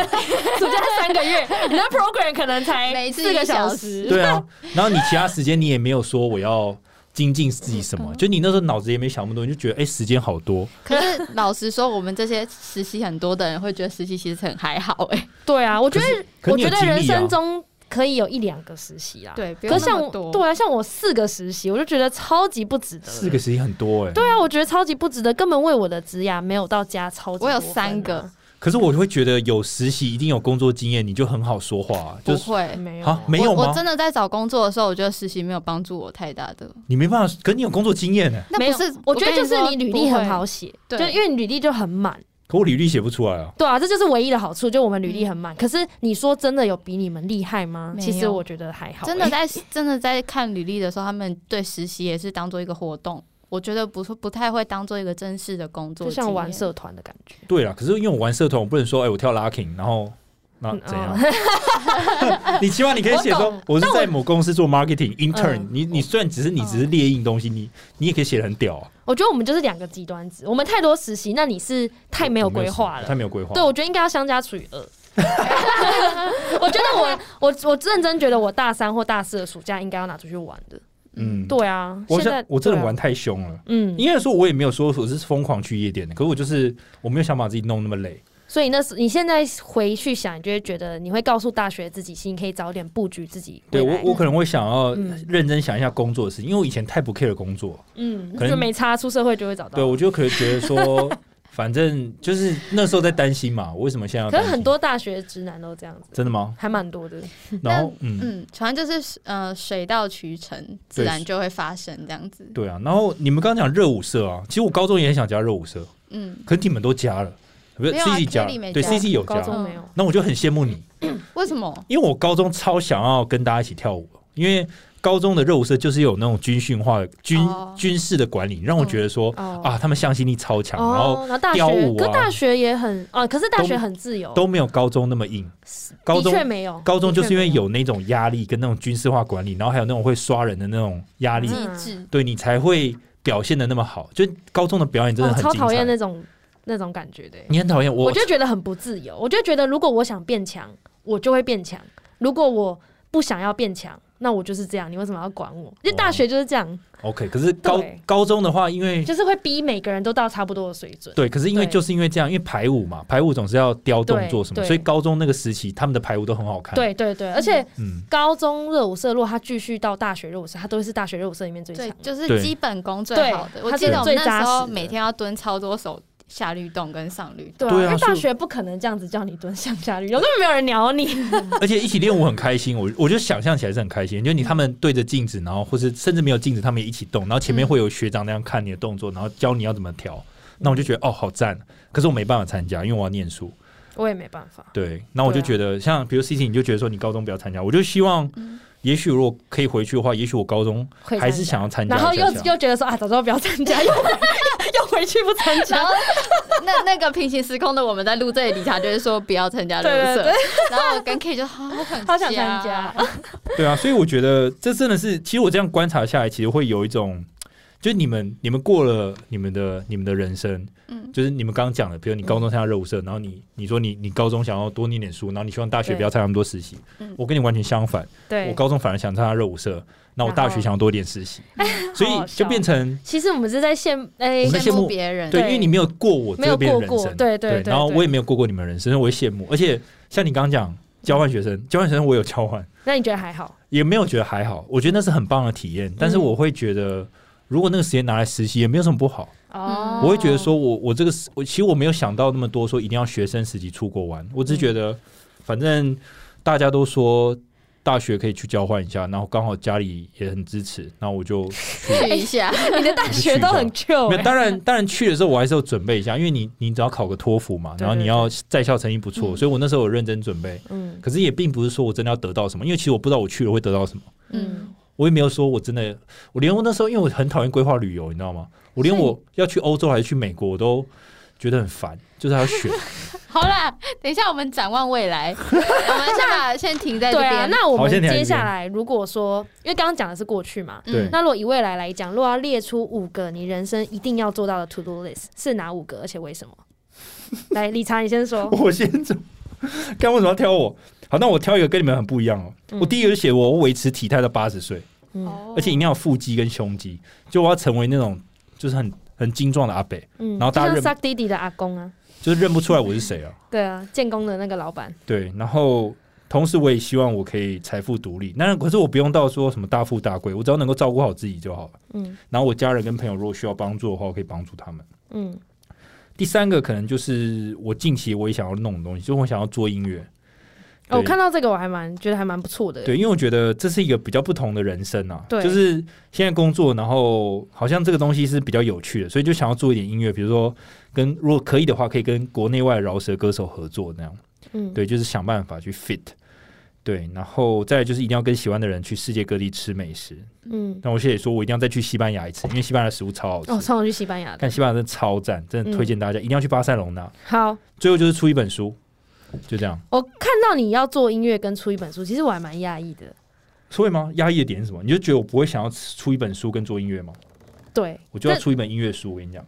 S2: 暑假三个月，你的 program 可能才
S1: 每次
S2: 四个
S1: 一小
S2: 时。
S3: 对啊。然后你其他时间你也没有说我要精进自己什么，
S1: 嗯
S3: 就你那时候脑子也没想那么多，你就觉得哎、时间好多，
S1: 可是老实说，我们这些实习很多的人会觉得实习其实很还好哎、
S2: 对啊，我觉
S3: 可是
S2: 得，
S3: 可
S2: 我
S3: 你有
S2: 觉得
S3: 经历啊
S2: 人生中可以有一两个实习啦。。
S1: 对，不
S2: 可
S1: 用
S2: 是
S1: 那
S2: 像
S1: 么
S2: 我，
S1: 多，
S2: 对啊，像我四个实习，我就觉得超级不值得。
S3: 四个时间很多哎、
S2: 对啊，我觉得超级不值得，根本为我的职涯没有到加超级
S1: 我
S2: 多分啊。
S1: 有三个
S3: 可是我会觉得有实习一定有工作经验，你就很好说话、啊，就
S1: 不
S3: 是
S1: 会。
S2: 哎
S1: 哦
S2: 没有
S3: 啊没有
S1: 我我
S3: 吗？
S1: 真的在找工作的时候，我觉得实习没有帮助我太大的。
S3: 你没办法，可是你有工作经验呢、
S1: 那
S2: 没有
S1: 不是，
S2: 我觉得
S1: 跟
S2: 就是
S1: 说
S2: 你履历很，
S1: 不
S2: 好
S1: 会
S2: 写，就
S1: 对
S2: 因为你履历就很满，
S3: 可我履历写不出来啊。
S2: 对啊，这就是唯一的好处，就我们履历很满。可是你说真的有比你们厉害吗？
S1: 嗯没有
S2: 其实我觉得还好、
S1: 真的
S2: 欸
S1: 在真的在看履历的时候，他们对实习也是当做一个活动，我觉得不是不太会当做一个正式的工作
S2: 就
S1: 经验，
S2: 像玩社团的感觉。
S3: 对啊啦，可是因为我玩社团，我不能说哎、我跳 locking，然后那
S2: 嗯哦
S3: 怎样？ [LAUGHS] 你起码你可以写
S2: 我
S3: 说
S2: 懂
S3: 我是在某公司做 marketing intern，、
S2: 嗯
S3: 你你虽然只是你只是列印东西，你你也可以写的很屌啊，
S2: 我觉得我们就是两个极端子，我们太多实习，那你是太没有规划
S3: 太
S2: 了。
S3: 没有规划。
S2: 对，我觉得应该要相加除以
S3: [LAUGHS]
S2: 二。我觉得我我我认真觉得我大三或大四的暑假应该要拿出去玩的。
S3: 嗯，
S2: 对啊，
S3: 我
S2: 现
S3: 想
S2: 在
S3: 我真的
S2: 对啊
S3: 玩太凶了。
S2: 嗯，
S3: 应该说，我也没有说我是疯狂去夜店的，可是我就是我没有想把自己弄那么累。
S2: 所以那时你现在回去想，你就会觉得你会告诉大学自己，其实你可以早点布局自己
S3: 对
S2: 未
S3: 我
S2: 来。，
S3: 我可能会想要
S2: 嗯
S3: 认真想一下工作的事情，因为我以前太不 care 工作。
S2: 嗯，
S3: 可能
S2: 就没差，出社会就会找到。
S3: 对，我就可能觉得
S2: [LAUGHS]
S3: 说，反正就是那时候在担心嘛，我为什么现在要
S2: 可
S3: 担
S2: 是
S3: 心？
S2: 很多大学直男都这样子，
S3: 真的吗？
S2: 还蛮多的。
S3: 然后嗯，
S1: 嗯，反正就是呃，水到渠成，自
S3: 对
S1: 然就会发生这样子。
S3: 对啊。然后你们刚刚讲热舞社啊，其实我高中也很想加热舞社，
S1: 嗯，
S3: 可是你们都加了，不是
S1: 没有啊
S3: C C 加
S1: Kelly 没
S3: 了，对
S1: 加
S3: C C 有
S2: E 高
S3: 加。
S2: 中没有，
S3: 那我就很羡慕你，
S1: 为什么？
S3: 因为我高中超想要跟大家一起跳舞，因为高中的热舞社就是有那种军训化的军、
S1: 哦
S3: 军事的管理，让我觉得说、
S2: 哦
S3: 啊，他们向心力超强，然后
S2: 哦，然后大学，
S3: 雕舞啊
S2: 可大学也很啊，可是大学
S3: 都
S2: 很自由，
S3: 都没有高中那么硬。高中
S2: 的确没有，
S3: 高中就是因为
S2: 的确没
S3: 有那种压力跟那种军事化管理，然后还有那种会刷人的那种压力，
S1: 机
S2: 嗯
S1: 制？
S3: 对你才会表现的那么好。就高中的表演真
S2: 哦
S3: 的
S2: 我
S3: 很
S2: 超
S3: 精
S2: 讨
S3: 彩，
S2: 厌那种那种感觉的欸。
S3: 你很讨厌我，
S2: 我就觉得很不自由，我就觉得如果我想变强，我就会变强；如果我不想要变强，那我就是这样，你为什么要管我？就大学就是这样，
S3: OK。可是高
S2: 对
S3: 高中的话，因为
S2: 就是会逼每个人都到差不多的水准。
S3: 对，可是因为
S2: 对
S3: 就是因为这样，因为排舞嘛，排舞总是要雕动作什么，
S2: 对对
S3: 所以高中那个时期他们的排舞都很好看。，
S2: 对对对，而且
S3: 嗯，
S2: 高中热舞社，如果他继续到大学热舞社，他都会是大学热舞社里面最强
S1: 对
S2: 的，。
S1: 就是
S3: 对
S1: 基本功最
S2: 对
S1: 好的。我
S2: 它
S1: 记
S3: 是
S1: 得我
S2: 最
S1: 们那
S2: 扎
S1: 时候
S2: 实的
S1: 每天要蹲超多手下律动跟上律动。
S2: 对
S3: 对啊
S2: 因为
S3: 所以
S2: 大学不可能这样子叫你蹲向下律动，根本没有人鸟你。
S3: 而且一起练舞很开心，我我就想象起来是很开心，就是你他们对着镜子，然后或是甚至没有镜子，他们也一起动，然后前面会有学长那样看你的动作，然后教你要怎么调。那我就觉得哦，好赞！可是我没办法参加，因为我要念书。
S2: [LAUGHS] 我也没办法。
S3: 对，那我就
S2: 对啊
S3: 觉得，像比如 C T，你就觉得说你高中不要参加，我就希望，也许如果可以回去的话，也许我高中
S2: 会参加
S3: 还是想要参加
S2: 然后
S3: 一下
S2: 又
S3: 下
S2: 又觉得说啊，早知道不要参加，又回 [LAUGHS] 又回去不参
S1: 然
S2: 加。
S1: 后那 [LAUGHS] 那个平行时空的我们在录这里，理查就是说不要参加热
S2: 对对
S1: 社
S2: 对，
S1: 然后我跟 K 就好想
S2: [LAUGHS] 好想参加，
S3: [LAUGHS] 对啊，所以我觉得这真的是，其实我这样观察下来，其实会有一种，就是你们你们过了你们的你们的人生，
S1: 嗯
S3: 就是你们刚刚讲的，比如你高中参加热舞社，然后你你说你你高中想要多念点书，然后你希望大学不要参加那么多实习
S1: 嗯，
S3: 我跟你完全相反，
S2: 对
S3: 我高中反而想参加热舞社，那我大学想要多一点实习， [LAUGHS] 所
S2: 好
S3: 以
S2: 好
S3: 就
S2: 笑
S3: 变成
S2: 其实我们是在羡哎
S3: 我们
S1: 羡
S3: 羡
S1: 慕
S3: 慕
S1: 别人。
S3: 对，
S2: 对
S3: 因为你没有过我
S2: 没有
S3: 这边的
S2: 过
S3: 人
S2: 过，
S3: 生，
S2: 对对
S3: 然后我也没有过过你们的人生，所以我会羡慕，而且像你刚刚讲交换学生，交换学生我有交换。
S2: 那你觉得还好？
S3: 也没有觉得还好，我觉得那是很棒的体
S2: 嗯
S3: 验。但是我会觉得，如果那个时间拿来实习，也没有什么不好。
S1: 哦
S3: 我会觉得说我我这个时我其实我没有想到那么
S2: 嗯
S3: 多，说一定要学生时期出国玩。我只是觉得，反正大家都说大学可以去交换一下，然后刚好家里也很支持，那我就去。
S1: 去一下，
S2: 你的大学都很 Q，、
S3: 那
S2: 欸、
S3: 当然，当然去的时候我还是要准备一下，因为你你只要考个托福嘛，
S2: 对
S3: 然后你
S2: 对
S3: 要在校成绩不错，
S1: 嗯
S3: 所以我那时候有认真准备。
S2: 嗯
S3: 可是也并不是说我真的要得到什么，因为其实我不知道我去了会得到什么，
S2: 嗯
S1: 嗯，
S3: 我也没有说我真的，我连我那时候因为我很讨厌规划旅游，你知道吗？我连
S1: 所以
S3: 我要去欧洲还是去美国，我都觉得很烦，就是还
S1: [LAUGHS]
S3: 要选。
S1: 好啦，等一下我们展望未
S2: [LAUGHS]
S1: 来，我们先把先停在这
S2: 对
S1: 边。
S2: 啊。那我
S3: 好
S2: 们
S3: 先聊一
S2: 接下
S3: 遍
S2: 来如果说，因为刚刚讲的是过去嘛，
S3: 对
S2: 那如果以未来来讲，如果要列出五个你人生一定要做到的 to do list 是哪五个，而且为
S3: [LAUGHS]
S2: 什么？来，理查，你先说。
S3: 我先走， [LAUGHS]
S1: 嗯
S3: 看为什么要挑我？好，那我挑一个跟你们很不一样哦。我第一个就写我维持体态到八十岁，
S2: 嗯
S1: 哦
S3: 而且一定要有腹肌跟胸肌，就我要成为那种就是很很精壮的阿北，
S2: 嗯，
S3: 然后大家
S2: 就
S3: 认
S2: 像 Suck 弟弟的阿公啊，
S3: 就是认不出来我是谁啊。
S2: 对啊，建工的那个老板，
S1: 嗯
S3: 对，然后同时我也希望我可以财富独立，那可是我不用到说什么大富大贵，我只要能够照顾好自己就好了。
S2: 嗯
S3: 然后我家人跟朋友如果需要帮助的话，我可以帮助他们。
S2: 嗯
S3: 第三个可能就是我近期我也想要弄的东西，就是我想要做音乐。
S2: 哦，我
S3: 对
S2: 看到这个我还蛮觉得还蛮不错的，
S3: 对，因为我觉得这是一个比较不同的人生啊，
S2: 对
S3: 就是现在工作，然后好像这个东西是比较有趣的，所以就想要做一点音乐，比如说跟如果可以的话，可以跟国内外饶舌歌手合作那样，
S2: 嗯
S3: 对，就是想办法去 fit。对，然后再来就是一定要跟喜欢的人去世界各地吃美食。
S2: 嗯，
S3: 那我现在也说我一定要再去西班牙一次，因为西班牙的食物超好吃，
S2: 哦，嗯超想去西班牙的
S3: 看，西班牙真的超赞，真的推荐大家、一定要去巴塞隆纳。
S2: 好。
S3: 最后就是出一本书，就这样。
S2: 我看到你要做音乐跟出一本书，其实我还蛮讶异的。
S3: 所以吗？压抑的点是什么？你就觉得我不会想要出一本书跟做音乐吗？
S2: 对，
S3: 我就要出一本音乐书，我跟你讲，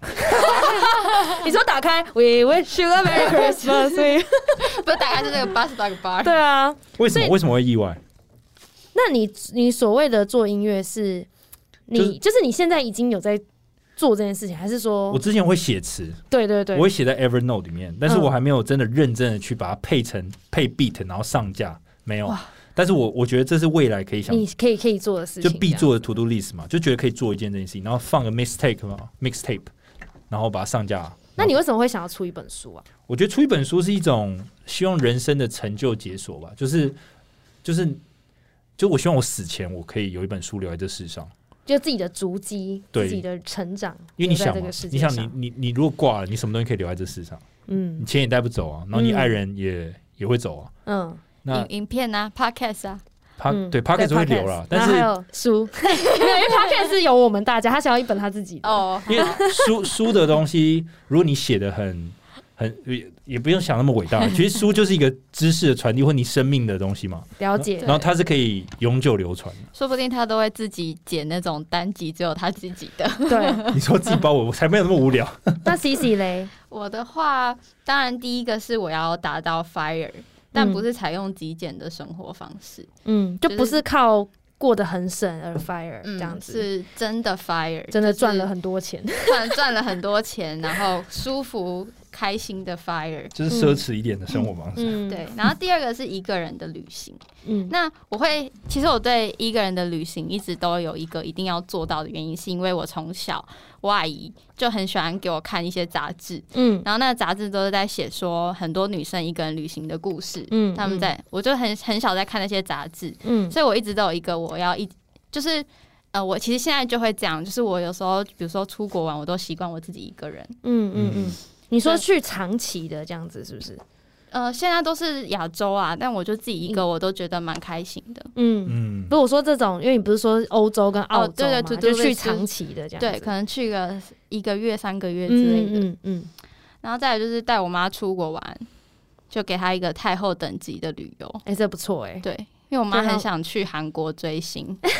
S2: 你说打开 We wish you a merry Christmas，所以
S1: 不是大概是那个八十八个八，
S2: [LAUGHS] 对啊。
S3: 为什
S2: 所
S3: 么
S2: 以
S3: 为什么会意外？
S2: 那你你所谓的做音乐是，你、
S3: 就是
S2: 就是你现在已经有在做这件事情，还是说
S3: 我之前会写词，
S2: 对对对
S3: 我，会写在 Evernote 里面，但是
S2: 嗯
S3: 我还没有真的认真的去把它配成配 beat，然后上架，没有
S2: 哇。
S3: 但是我我觉得这是未来可以想
S2: 你可以可以做的事
S3: 就
S2: 情，
S3: 必。做的 to do list 嘛，就觉得可以做一件这件事情，然后放个 mistake 嘛 mixtape，然后把它上架。
S2: 那你为什么会想要出一本书啊？
S3: 我觉得出一本书是一种希望人生的成就解锁吧，就是就是就我希望我死前我可以有一本书留在这世上。
S2: 就自己的足迹，
S3: 对
S2: 自己的成长，
S3: 因为你
S2: 留在
S3: 想
S2: 这
S3: 嘛
S2: 个世，
S3: 你
S2: 界
S3: 想
S2: 上
S3: 你你你如果挂了，你什么东西可以留在这世上？你
S2: 嗯
S3: 钱也带不走啊，然后你
S2: 嗯
S3: 爱人也、也会走啊。
S2: 嗯，
S3: 那
S1: 影影片啊，podcast 啊，
S3: 他、
S2: 嗯
S3: 对 p o c k e t 会留
S2: podcast
S3: 啦，
S2: 然
S3: 但
S2: 后还
S3: 是
S2: 有书， [LAUGHS] 没有，因为 Pocket 是有我们大家，他想要一本他自己的。
S1: 哦，
S3: 因为书 [LAUGHS] 书的东西，如果你写的很很也也不用想那么伟
S2: [LAUGHS]
S3: 大，其实书就是一个知识的传递或你生命的东西嘛，
S2: 了解
S1: 对
S3: 然，后它是可以永久流传的。
S1: 说不定他都会自己剪那种单集，只有他自己
S2: [LAUGHS]
S1: 的。
S2: 对，
S3: 你说自己包我，我才没有那么无聊。
S2: 那 C C
S1: [LAUGHS]
S2: 嘞，
S1: 我的话，当然第一个是我要达到 fire，但
S2: 嗯
S1: 不是采用极简的生活方式，
S2: 嗯，就
S1: 就是
S2: 不是靠过得很省而 fire
S1: 嗯，
S2: 这样子，
S1: 是真的 fire，
S2: 真的
S1: 就是
S2: 赚了很多钱。
S1: [LAUGHS] 赚赚了很多钱，然后舒服开心的 fire。
S3: 就是奢侈一点的生活方式。
S2: [LAUGHS] 嗯，
S1: 对，，然后第二个是一个人的旅行。
S2: 嗯，
S1: 那我会，其实我对一个人的旅行一直都有一个一定要做到的原因，是因为我从小我阿姨就很喜欢给我看一些杂志，
S2: 嗯
S1: 然后那个杂志都是在写说很多女生一个人旅行的故事。
S2: 嗯，
S1: 他们在，我就很很少在看那些杂志，
S2: 嗯，
S1: 所以我一直都有一个我要一就是。呃，我其实现在就会这样，就是我有时候，比如说出国玩，我都习惯我自己一个人。
S2: 嗯嗯嗯
S3: 嗯，
S2: 你说去长期的这样子是不是？嗯
S1: 呃，现在都是亚洲啊，但我就自己一个，我都觉得蛮开心的。
S2: 嗯。
S3: 嗯，
S2: 如果说这种，因为你不是说欧洲跟澳洲嘛，
S1: 哦对对
S2: 就
S1: to-do
S2: 去
S1: list
S2: 长期的这样子，
S1: 对，可能去个一个月、三个月之类的。
S2: 嗯嗯嗯
S1: 然后再来就是带我妈出国玩，就给她一个太后等级的旅游
S2: 哎。、这不错哎、
S1: 对，因为我妈
S2: 对啊
S1: 很想去韩国追星，
S3: 嗯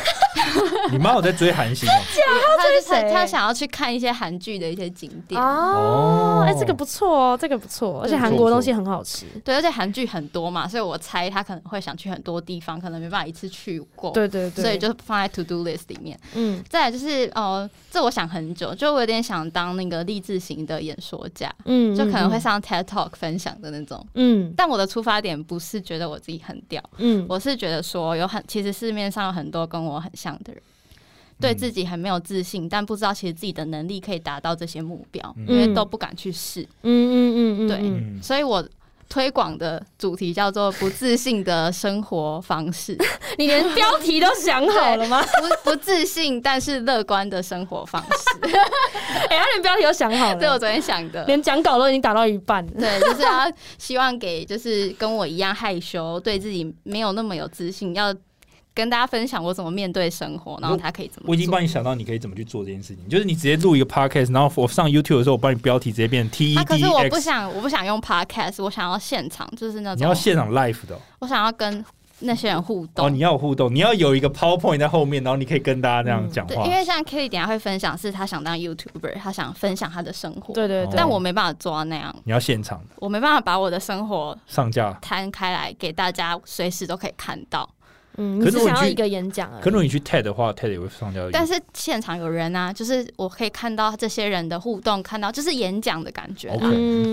S3: 你妈有在追韩星哦
S1: [LAUGHS] 她就是
S2: 谁
S1: 她想要去看一些韩剧的一些景点。
S2: 哦，
S3: 哦
S2: 哎、这个不错哦，这个不错，而且
S1: 对
S2: 韩
S3: 不错
S2: 国
S3: 不
S2: 东
S3: 错
S2: 西很好吃，
S1: 对，而且韩剧很多嘛，所以我猜她可能会想去很多地方，可能没办法一次去过。
S2: 对对
S1: 哦
S2: 对，
S1: 所以就放在 to do list 里面。
S2: 嗯
S1: 再来就是，呃，这我想很久，就我有点想当那个励志型的演说家，
S2: 嗯，
S1: 就可能
S2: 嗯
S1: 会上 TED Talk 分享的那种。
S2: 嗯
S1: 但我的出发点不是觉得我自己很屌，
S2: 嗯
S1: 我是觉得说有很，其实市面上有很多跟我很像的人，
S3: 嗯
S1: 对自己很没有自信，但不知道其实自己的能力可以达到这些目标，
S3: 嗯
S1: 因为都不敢去试。
S2: 嗯嗯嗯嗯，
S1: 对 [LAUGHS]
S2: 嗯
S3: 嗯，
S1: 所以我推广的主题叫做“不自信的生活方式”， [LAUGHS] 你连标题都想
S2: 好了吗？
S1: 不不自信但是乐观的生活方
S3: [LAUGHS]
S1: 式，
S2: 哎、他连标题都想好
S1: 这我
S2: 了，
S1: 昨天想的。
S2: 连讲稿都已经打到一半了。
S1: 对，就是要希望给就是跟我一样害羞，对自己没有那么有自信，要跟大家分享我怎么面对生活，然后他可以怎么做。
S3: 我已经帮你想到你可以怎么去做这件事情，就是你直接录一个 podcast，然后我上 YouTube 的时候，我帮你标题直接变 T E
S1: 啊，可
S3: D
S1: 是我不
S3: X，
S1: 想，我不想用 podcast，我想要现场，就是那
S3: E 你要
S1: 种
S3: 现场 live 的哦
S1: 我想要跟那些人互动。
S3: 哦，你要有互动，你要有一个 PowerPoint 在后面，然后你可以跟大家这样
S2: 嗯
S3: 讲
S1: 对
S3: 话，，
S1: 因为像 Kelly 等一下会分享，是她想当 YouTuber，她想分享她的生活。
S2: 对
S3: 哦
S2: 对对，
S1: 但我没办法做到那样，
S3: 你要现场
S1: 我没办法把我的生活
S3: 上架。
S1: 摊开来给大家随时都可以看到。
S2: 嗯，
S3: 可
S2: 你
S3: 是
S2: 只
S3: 我
S2: 想要
S3: 去
S2: 一个演讲而
S3: 可
S2: 已。
S3: 如果你去 TED 的话，TED 也会上架。
S1: 但是现场有人啊，就是我可以看到这些人的互动，看到就是演讲的感觉啊、
S3: OK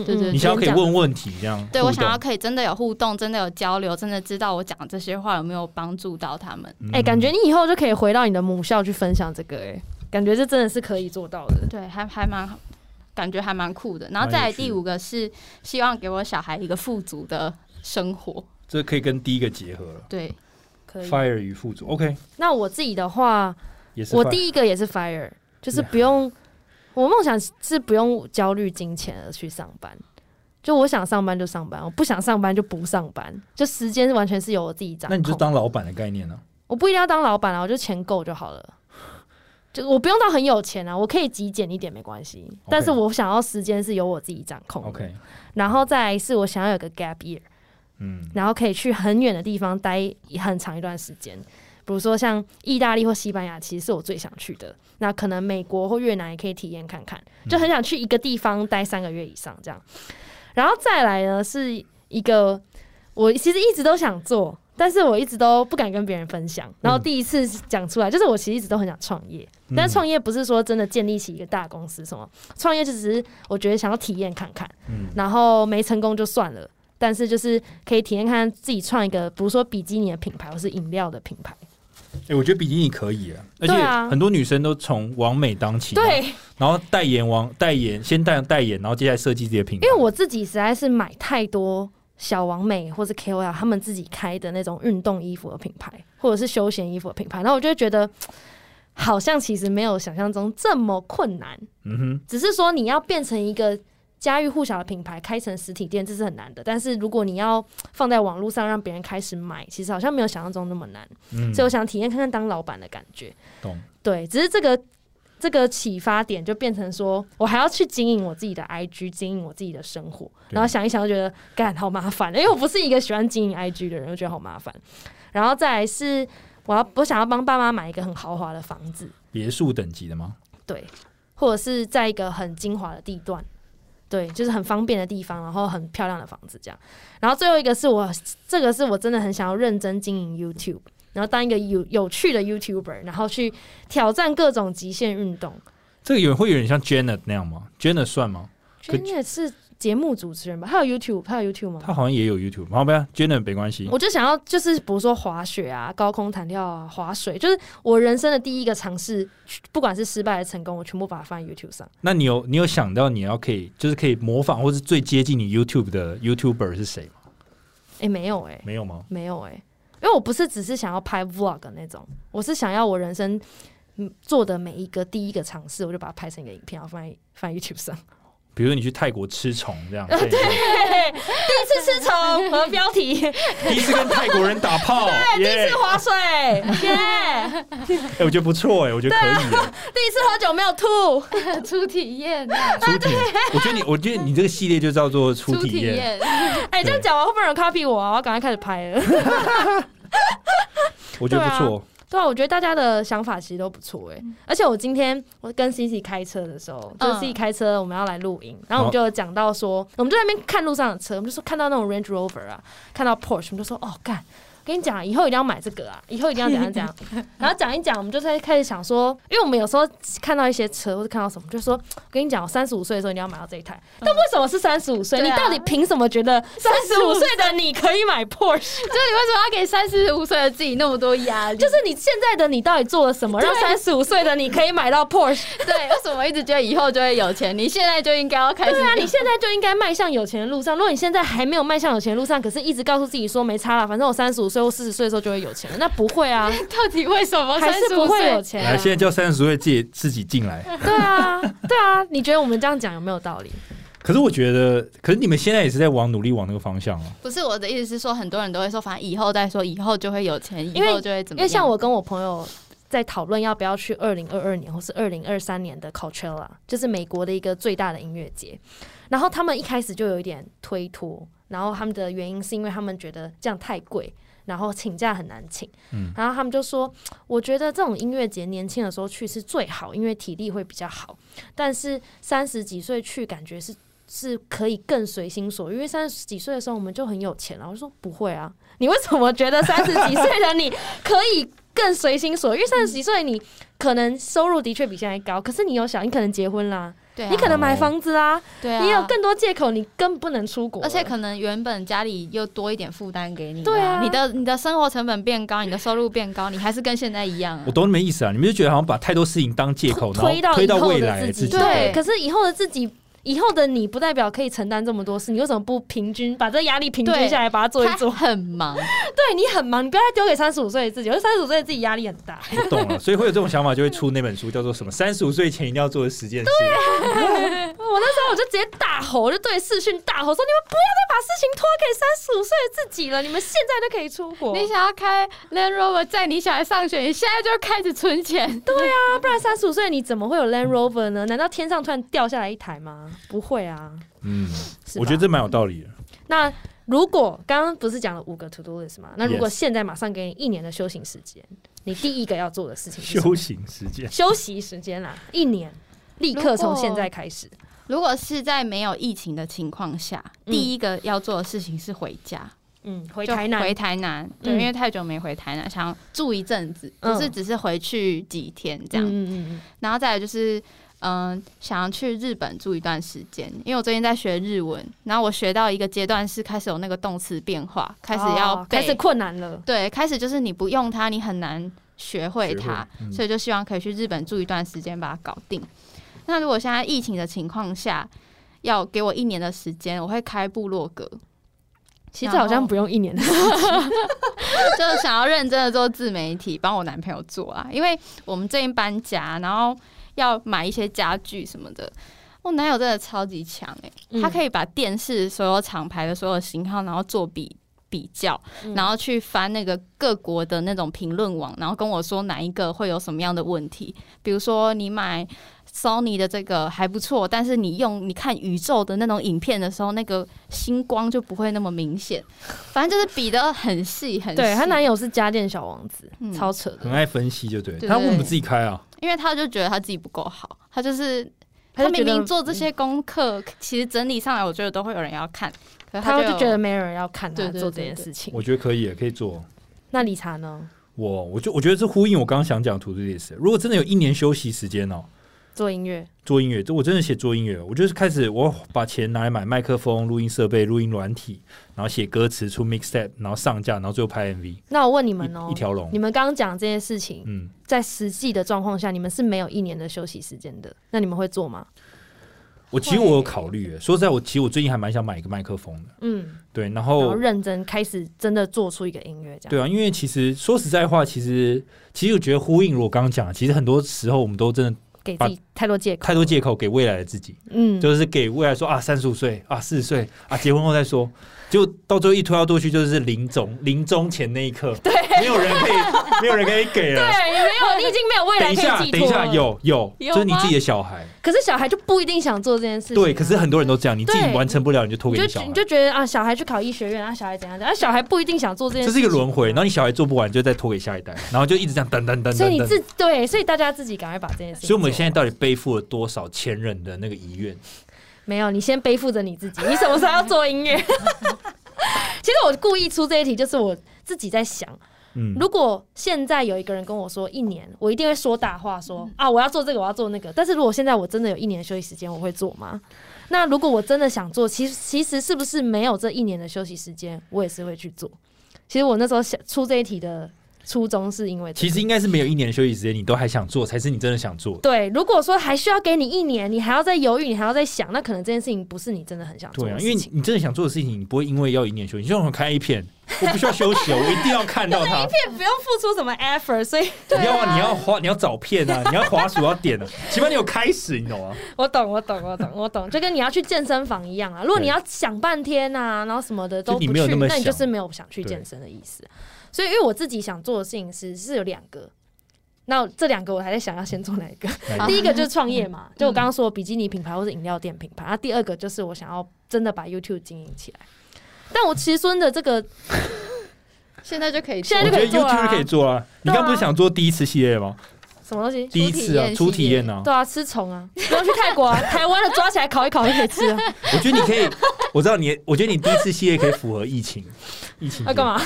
S1: 对对对
S3: 你想要可以
S2: 演讲
S3: 问问题这样，
S1: 对我
S3: 哦互动
S1: 想要可以真的有互动，真的有交流，真的知道我讲这些话有没有帮助到他们。
S3: 嗯
S2: 哎、感觉你以后就可以回到你的母校去分享这个、哎，感觉这真的是可以做到的。
S1: 对，还还蛮好，感觉还蛮酷的。然后
S3: 蛮有
S1: 再来
S3: 趣
S1: 第
S3: 的
S1: 五个是希望给我小孩一个富足的生活。
S3: 这可以跟第一个结合了。
S1: 对，
S2: 可以。
S3: Fire 与富足，OK，
S2: 那我自己的话，
S3: 也是 fire。
S2: 我第一个也是 fire，就是
S3: 对
S2: 不用。我梦想是不用焦虑金钱而去上班，就我想上班就上班，我不想上班就不上班，就时间完全是由我自己掌控。
S3: 那你就当老板的概念呢？
S2: 我不一定要当老板啊，我就钱够就好了。就我不用到很有钱啊，我可以极简一点没关系但是我想要时间是由我自己掌控的
S3: OK，
S2: 然后再来是我想要有个 gap year，
S3: 嗯，
S2: 然后可以去很远的地方待很长一段时间，比如说像意大利或西班牙，其实是我最想去的。那可能美国或越南也可以体验看看，就很想去一个地方待三个月以上这样。然后再来呢，是一个我其实一直都想做，但是我一直都不敢跟别人分享。然后第一次讲出来，就是我其实一直都很想创业，
S3: 嗯
S2: 但是创业不是说真的建立起一个大公司什么，创业就只是我觉得想要体验看看，
S3: 嗯
S2: 然后没成功就算了。但是就是可以体验看看自己创一个，比如说比基尼的品牌，或是饮料的品牌。
S3: 哎，我觉得比基尼可以啊，而且
S2: 对啊
S3: 很多女生都从完美当起，，，然后代言王代言，先代代言，然后接下来设计自己的品牌。
S2: 因为我自己实在是买太多小王美或是 KOL 他们自己开的那种运动衣服的品牌，或者是休闲衣服的品牌，然后我就会觉得，嗯好像其实没有想象中这么困难，
S3: 嗯哼，
S2: 只是说你要变成一个。家喻户晓的品牌开成实体店，这是很难的。但是如果你要放在网络上让别人开始买，其实好像没有想象中那么难。
S3: 嗯，
S2: 所以我想体验看看当老板的感觉。
S3: 懂。
S2: 对，只是这个这个启发点就变成说，我还要去经营我自己的 IG，经营我自己的生活，
S3: 对
S2: 然后想一想就觉得干好麻烦，因为我不是一个喜欢经营 IG 的人，我觉得好麻烦。然后再来是我要我想要帮爸妈买一个很豪华的房子，
S3: 别墅等级的吗？
S2: 对，或者是在一个很精华的地段，对，就是很方便的地方，然后很漂亮的房子这样。然后最后一个是我，这个是我真的很想要认真经营 YouTube，然后当一个有有趣的 YouTuber，然后去挑战各种极限运动。
S3: 这个有会有点像 Janet 那样吗？Janet 算吗？可
S2: j e n n 是节目主持人吧？他有 YouTube，他有 YouTube 吗？
S3: 她好像也有 YouTube，好不要 Janet 没关系。
S2: 我就想要，就是比如说滑雪啊、高空弹跳啊、滑水，就是我人生的第一个尝试，不管是失败还是成功，我全部把它放在 YouTube 上。
S3: 那你有你有想到你要可以就是可以模仿或是最接近你 YouTube 的 YouTuber 是谁吗？
S2: 诶，没有诶。
S3: 没有吗？
S2: 没有哎、因为我不是只是想要拍 vlog 的那种，我是想要我人生嗯做的每一个第一个尝试，我就把它拍成一个影片，然后放在放在 YouTube 上。
S3: 比如说你去泰国吃虫这
S2: [LAUGHS]
S3: 样，对，
S2: 第一次吃虫和标 [LAUGHS] 题，
S3: 第一次跟泰国人打
S2: [LAUGHS]
S3: 炮，耶！
S2: 划水，耶！
S3: 哎，我觉得不错哎，我觉得可以耶。
S2: [LAUGHS] 第一次喝酒没有吐，
S1: [LAUGHS] 初体验，
S3: [LAUGHS] 初体，我觉得你，我觉得你这个系列就叫做初
S1: 初
S3: 体
S1: 体
S3: 验。
S1: 验， [LAUGHS]
S2: 哎、这样讲完会不会有人 copy 我啊？我要赶快开始拍了。
S3: 我觉得不
S2: 对啊
S3: 错。
S2: 对啊，我觉得大家的想法其实都不错哎、而且我今天我跟 C C 开车的时候，就
S1: 嗯
S2: C C 开车，我们要来录音，然后我们
S3: 好
S2: 就有讲到说，我们就在那边看路上的车，我们就说看到那种 Range Rover 啊，看到 Porsche，我们就说哦干。跟你讲啊，以后一定要买这个啊，以后一定要怎样怎样。
S1: [LAUGHS]
S2: 然后讲一讲，我们就在开始想说，因为我们有时候看到一些车或者看到什么，就说我跟你讲，我三十五岁的时候一定要买到这一台。但为什么是三十五
S1: 嗯
S2: 岁？
S1: 对
S2: 你
S1: 啊
S2: 到底凭什么觉得三十五岁的你可以买 Porsche？
S1: 就你为什么要给三十五岁的自己那么多压力？
S2: 就是你现在的你到底做了什么，让三十五岁的你可以买到 Porsche？
S1: 对，为什么一直觉得以后就会有钱？你现在就应该要开始。
S2: 对啊，你现在就应该迈向有钱的路上。如果你现在还没有迈向有钱的路上，可是一直告诉自己说没差了，反正我三十五岁或四十岁的时候就会有钱了，那不会啊，
S1: 到底为什么
S2: 还是不会有
S1: 有？
S2: 钱、
S3: 来，
S2: 啊。
S3: 哎现在叫三十岁自己自己进
S2: [LAUGHS]
S3: 来。
S2: 对啊，对啊，你觉得我们这样讲有没有道理？
S3: 可是我觉得，可是你们现在也是在往努力往那个方向啊。
S1: 不是我的意思是说，很多人都会说，反正以后再说，以后就会有钱，以
S2: 因为
S1: 后就会怎么
S2: 因
S1: 样？
S2: 为像我跟我朋友在讨论要不要去二零二二年或是二零二三年的 Coachella，就是美国的一个最大的音乐节。然后他们一开始就有一点推脱，然后他们的原因是因为他们觉得这样太贵，然后请假很难请。
S3: 嗯
S2: 然后他们就说，我觉得这种音乐节年轻的时候去是最好，因为体力会比较好。但是三十几岁去，感觉是。是可以更随心所欲，因为三十几岁的时候我们就很有钱了。我就说不会啊，你为什么觉得三十几岁的你可以更随心所欲，因为三十几岁你可能收入的确比现在高，可是你有想，你可能结婚啦，
S1: 对啊、
S2: 你可能买房子啦，
S1: 对啊，
S2: 你有更多借口，你更不能出国了，
S1: 而且可能原本家里又多一点负担给你、
S2: 对啊
S1: 你的你的生活成本变高，你的收入变高，你还是跟现在一样、啊
S3: 我。懂你们意思啊，你们就觉得好像把太多事情当借口，然后
S2: 推到
S3: 推到
S2: 以后的
S3: 未来
S2: 自
S3: 自己。
S1: 对
S2: 对，可是以后的自己。以后的你不代表可以承担这么多事，你为什么不平均把这压力平均
S1: 对
S2: 下来，把它做一做
S1: 他？很忙， [LAUGHS]
S2: 对你很忙，你不要再丢给三十五岁的自己，我觉得三十五岁的自己压力很大。
S3: [LAUGHS] 我懂了，所以会有这种想法，就会出那本书，叫做什么“三十五岁前一定要做的十件事”。
S2: [LAUGHS] 啊我那时候我就直接大吼，我就对视讯大吼说：“你们不要再把事情拖给三十五岁的自己了，你们现在就可以出国。”
S1: 你想要开 Land Rover 载你小孩上学，你现在就开始存钱。
S2: 对啊，不然三十五岁你怎么会有 Land Rover 呢？难道天上突然掉下来一台吗？不会啊，
S3: 嗯，
S2: 是吧
S3: 我觉得这蛮有道理的。
S2: 那如果刚刚不是讲了五个 to do list 吗？那如果
S3: Yes
S2: 现在马上给你一年的休息时间，你第一个要做的事情是什么
S3: 修行时间，
S2: 休息时间啦，一年，立刻从现在开始。
S1: [LAUGHS] 如果是在没有疫情的情况下，
S2: 嗯
S1: 第一个要做的事情是回家，
S2: 嗯，回
S1: 就
S2: 台南
S1: 回台南，对，
S2: 嗯
S1: 因为太久没回台南，想要住一阵子，
S2: 嗯
S1: 不是只是回去几天这
S2: 这
S1: 样。
S2: 嗯嗯嗯
S1: 然后再来就是，嗯、想要去日本住一段时间，因为我最近在学日文，然后我学到一个阶段是开始有那个动词变化，开始要
S2: 哦
S1: 背，
S2: 开始困难了。
S1: 对，开始就是你不用它，你很难学会
S3: 学会
S1: 它，
S3: 嗯
S1: 所以就希望可以去日本住一段时间把它搞定。那如果现在疫情的情况下，要给我一年的时间，我会开部落格，
S2: 其实好像不用一年，
S1: 就是想要认真的做自媒体，帮我男朋友做啊，因为我们最近搬家，然后要买一些家具什么的。我男友真的超级强诶、他可
S2: 以
S1: 以把电视所有厂牌的所有型号，然后做比比较，
S2: 嗯
S1: 然后去翻那个各国的那种评论网，然后跟我说哪一个会有什么样的问题。比如说你买 Sony 的这个还不错，但是你用你看宇宙的那种影片的时候，那个星光就不会那么明
S2: [LAUGHS]
S1: 显。反正就是比的很细很细。
S2: 对她男友是家电小王子，
S1: 嗯
S2: 超扯的。
S3: 很爱分析，就对。
S1: 对
S3: 他为什么自己开啊？
S1: 因为他就觉得他自己不够好，他就是他
S2: 他就觉
S1: 明
S2: 得嗯
S1: 明做这些功课，其实整理上来，我觉得都会有人要看，可是
S2: 他
S1: 有
S2: 就觉得没有人要看他
S1: 对对
S2: 做这
S1: 对
S2: 件
S1: 对
S2: 事情
S3: 我。觉得可以耶，可以做。
S2: 那理查呢？
S3: 我我就我觉得这呼应我刚刚想讲 to do list。如果真的有一年休息时间哦，
S2: 做音乐，
S3: 做音乐，这我真的写做音乐，我就是开始我把钱拿来买麦克风、录音设备、录音软体，然后写歌词、出 mixtape，然后上架，然后最后拍 MV，一
S2: 那我问你们哦、
S3: 一条龙
S2: 你。们刚刚讲这些事情，
S3: 嗯，
S2: 在实际的状况下，你们是没有一年的休息时间的，那你们会做吗？
S3: 我其实我有考虑耶，说实在，我其实我最近还蛮想买一个麦克风的，
S2: 嗯，
S3: 对，然
S2: 然
S3: 后
S2: 后认真开始真的做出一个音乐这样。
S3: 哦对啊，因为其实说实在话，其实其实我觉得呼应我刚刚讲的，其实很多时候我们都真的
S2: 给自己太多借口，
S3: 太多借口给未来的自己，
S2: 嗯，
S3: 就是给未来说啊三十五岁啊四十岁啊结婚后再说，就到最后一推到过去就是临终临终前那一刻，对，没有人
S2: [LAUGHS]
S3: 可以没有人可以给了。
S2: 对，哎没有，你已经没有未
S3: 等
S2: 来
S3: 一
S2: 可
S3: 下，
S2: 以寄
S3: 等一
S2: 托
S3: 下，
S2: 了。
S3: 有有，
S1: 有
S3: 就是你
S1: 吗
S3: 自己的小孩，
S2: 可是小孩就不一定想做这件事情啊、
S3: 对，可是很多人都这样，你自己
S2: 对
S3: 完成不了你就拖
S2: 你
S3: 给
S2: 就
S3: 小
S2: 觉
S3: 孩
S2: 你，就觉得啊，小孩去考医学院，啊，小孩怎样怎样，啊，小孩不一定想做这件
S3: 这
S2: 事情、
S3: 是一个轮回，然后。你小孩做不完就再拖给下一代，然后就一直这样等等等
S2: 所以
S3: 等
S2: 你
S3: 等。
S2: 自对，所以大家自己赶快把这件事情做。
S3: 所以我们现在到底背负了多少前人的那个遗愿？
S2: 没有，你先 [LAUGHS] 背负着你自己。你什么时候要做音乐？其实我故意出这一题，就是我自己在想，
S3: 嗯，
S2: 如果现在有一个人跟我说一年，我一定会说大话说，
S3: 嗯
S2: 啊我要做这个，我要做那个。但是如果现在我真的有一年的休息时间，我会做吗？那如果我真的想做，其实其实是不是没有这一年的休息时间，我也是会去做。其实我那时候想出这一题的初衷是因为这个、
S3: 其实应该是没有一年的休息时间，你都还想做，才是你真的想做。
S2: 对，如果说还需要给你一年，你还要再犹豫，你还要再想，那可能这件事情不是你真的很想做
S3: 对
S2: 的
S3: 啊，
S2: 事
S3: 因为
S2: 情。
S3: 你你真的想做的事情，你不会因为要一年休息，就像我看 A 片，我不需要休息哦，我一定要 [LAUGHS] 看到它。
S1: 哎
S2: 也不用付出什么 effort，所以
S3: 你要啊，你要花，你要找片啊，你要滑鼠要 [LAUGHS] 点啊，起码你有开始，你懂吗？
S2: 我懂，我懂，我懂，我懂，就跟你要去健身房一样啊。如果你要想半天啊，然后什么的都
S3: 就
S2: 不
S3: 你
S2: 去，
S3: 没有那么
S2: 你就
S3: 想
S2: 是没有想去
S3: 对
S2: 健身的意思。所以，因为我自己想做的事情是是有两个，那这两个我还在想要先做哪
S3: [LAUGHS]
S2: 一个。
S3: 哪一个
S2: 第一个就是创业
S3: 嗯
S2: 嘛，就我刚刚说的比基尼品牌或是饮料店品牌。然后第二个就是我想要真的把 YouTube 经营起来。但我其实说真的，这个
S1: 现在就可以做
S2: [LAUGHS] 现在
S3: 我
S2: 就
S3: 觉得
S2: 可以做啊
S3: YouTube 可以做啊。你刚不是想做第一次系列吗？
S2: 什么东西，
S3: 第一次啊，初
S1: 初
S3: 体
S1: 体
S3: 验
S1: 验
S3: 啊。
S2: 对啊，吃虫啊，不用去泰国啊， [LAUGHS] 台湾的抓起来烤一烤就可以吃
S3: [LAUGHS]
S2: 啊。
S3: 我觉得你可以，我知道你，我觉得你第一次系列可以符合疫 [LAUGHS] 情，疫情
S2: 要干
S3: 啊嘛？
S2: 嘛？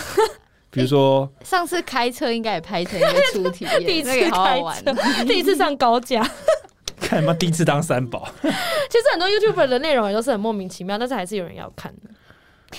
S3: 比如说，
S1: 上次开车应该也拍成一个初体验，
S2: [LAUGHS] 第一次
S1: 那个也好好
S2: 开
S1: 玩。
S2: 车，第一次上高架。
S3: 看嘛，第一次当三 [LAUGHS] 宝，
S2: 其实很多 YouTuber 的内容也都是很莫名其妙，但是还是有人要看的。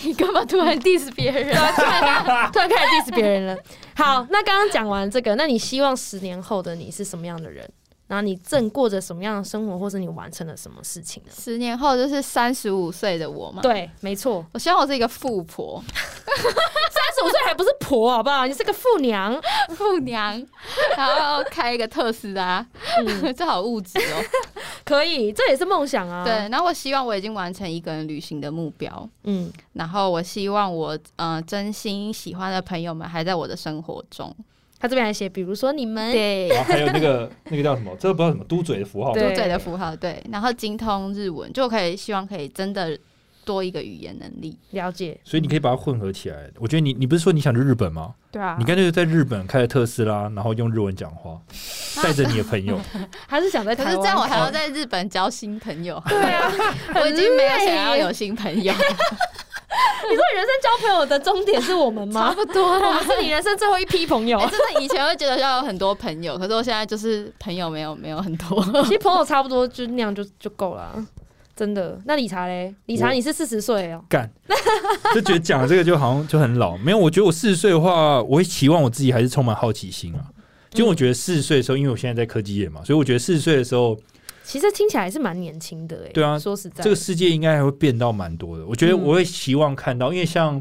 S1: 你干嘛突然 diss 别人？
S2: 突然开始 diss 别人了。好，那刚刚讲完这个，那你希望十年后的你是什么样的人？然后你正过着什么样的生活，或是你完成了什么事情呢？
S1: 十年后就是三十五岁的我嘛。，
S2: 对，没错，
S1: 我希望我是一个富婆、
S2: 三十五岁还不是婆，好不好？你是个妇娘。
S1: [LAUGHS] 富娘， [LAUGHS] 然后开一个特斯拉，[LAUGHS]
S2: 嗯，
S1: 这好物质哦。
S2: 可以，这也是梦想啊。
S1: 对，，然后我希望我已经完成一个人旅行的目标，
S2: 嗯，
S1: 然后我希望我呃真心喜欢的朋友们还在我的生活中。
S2: 他这边还写，比如说你们，
S1: 对，
S3: 然后还有那个那个叫什么，这个不知道什么嘟嘴的符号，
S2: 对
S1: 嘟嘴的符号，对，然后精通日文，就可以希望可以真的多一个语言能力。
S2: 了解，
S3: 所以你可以把它混合起来。我觉得你，你不是说你想去日本吗？
S1: 对啊
S3: 你干脆在日本开了特斯拉，然后用日文讲
S2: [LAUGHS]
S3: 话，带着你的朋友， [LAUGHS]
S2: 还是想在
S1: 可
S2: 台
S1: 是
S2: 湾。
S1: 这样我还要在日本交新朋 [LAUGHS] 友，
S2: 对 [LAUGHS] 啊，
S1: 我已经没有
S2: 很累
S1: 想要有新朋友，
S2: 你说人生交朋友的终点是我们吗？
S1: 不多啊
S2: 我们是你人生最后一批朋
S1: [LAUGHS]
S2: 友
S1: 哎、。 [LAUGHS] 真的以前会觉得要有很多朋友，可是我现在就是朋友没有没有很多。
S2: [LAUGHS] 其实朋友差不多就那样就就够了啊，真的。那理查嘞？理查
S3: 我
S2: 你是四十岁哦，
S3: 干，就觉得讲了这个就好像就很老。没有，我觉得我四十岁的话，我会期望我自己还是充满好奇心
S2: 嗯
S3: 啊。就我觉得四十岁的时候，因为我现在在科技业嘛，所以我觉得四十岁的时候，
S2: 其实听起来还是蛮年轻的哎、
S3: 对啊
S2: 说实在，
S3: 这个世界应该还会变到蛮多的。我
S2: 嗯
S3: 觉得我会期望看到，因为像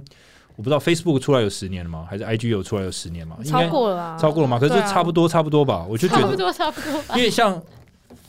S3: 我不知道 Facebook 出来有十年了吗？还是 IG 有出来有十年吗？应
S2: 超
S3: 该
S2: 过了啊，
S3: 超过了吗？可是就
S2: 对啊
S3: 差不多差不多吧，我就觉
S1: [LAUGHS] 差不
S3: 得，
S1: 多，差不多吧。
S3: 因为像。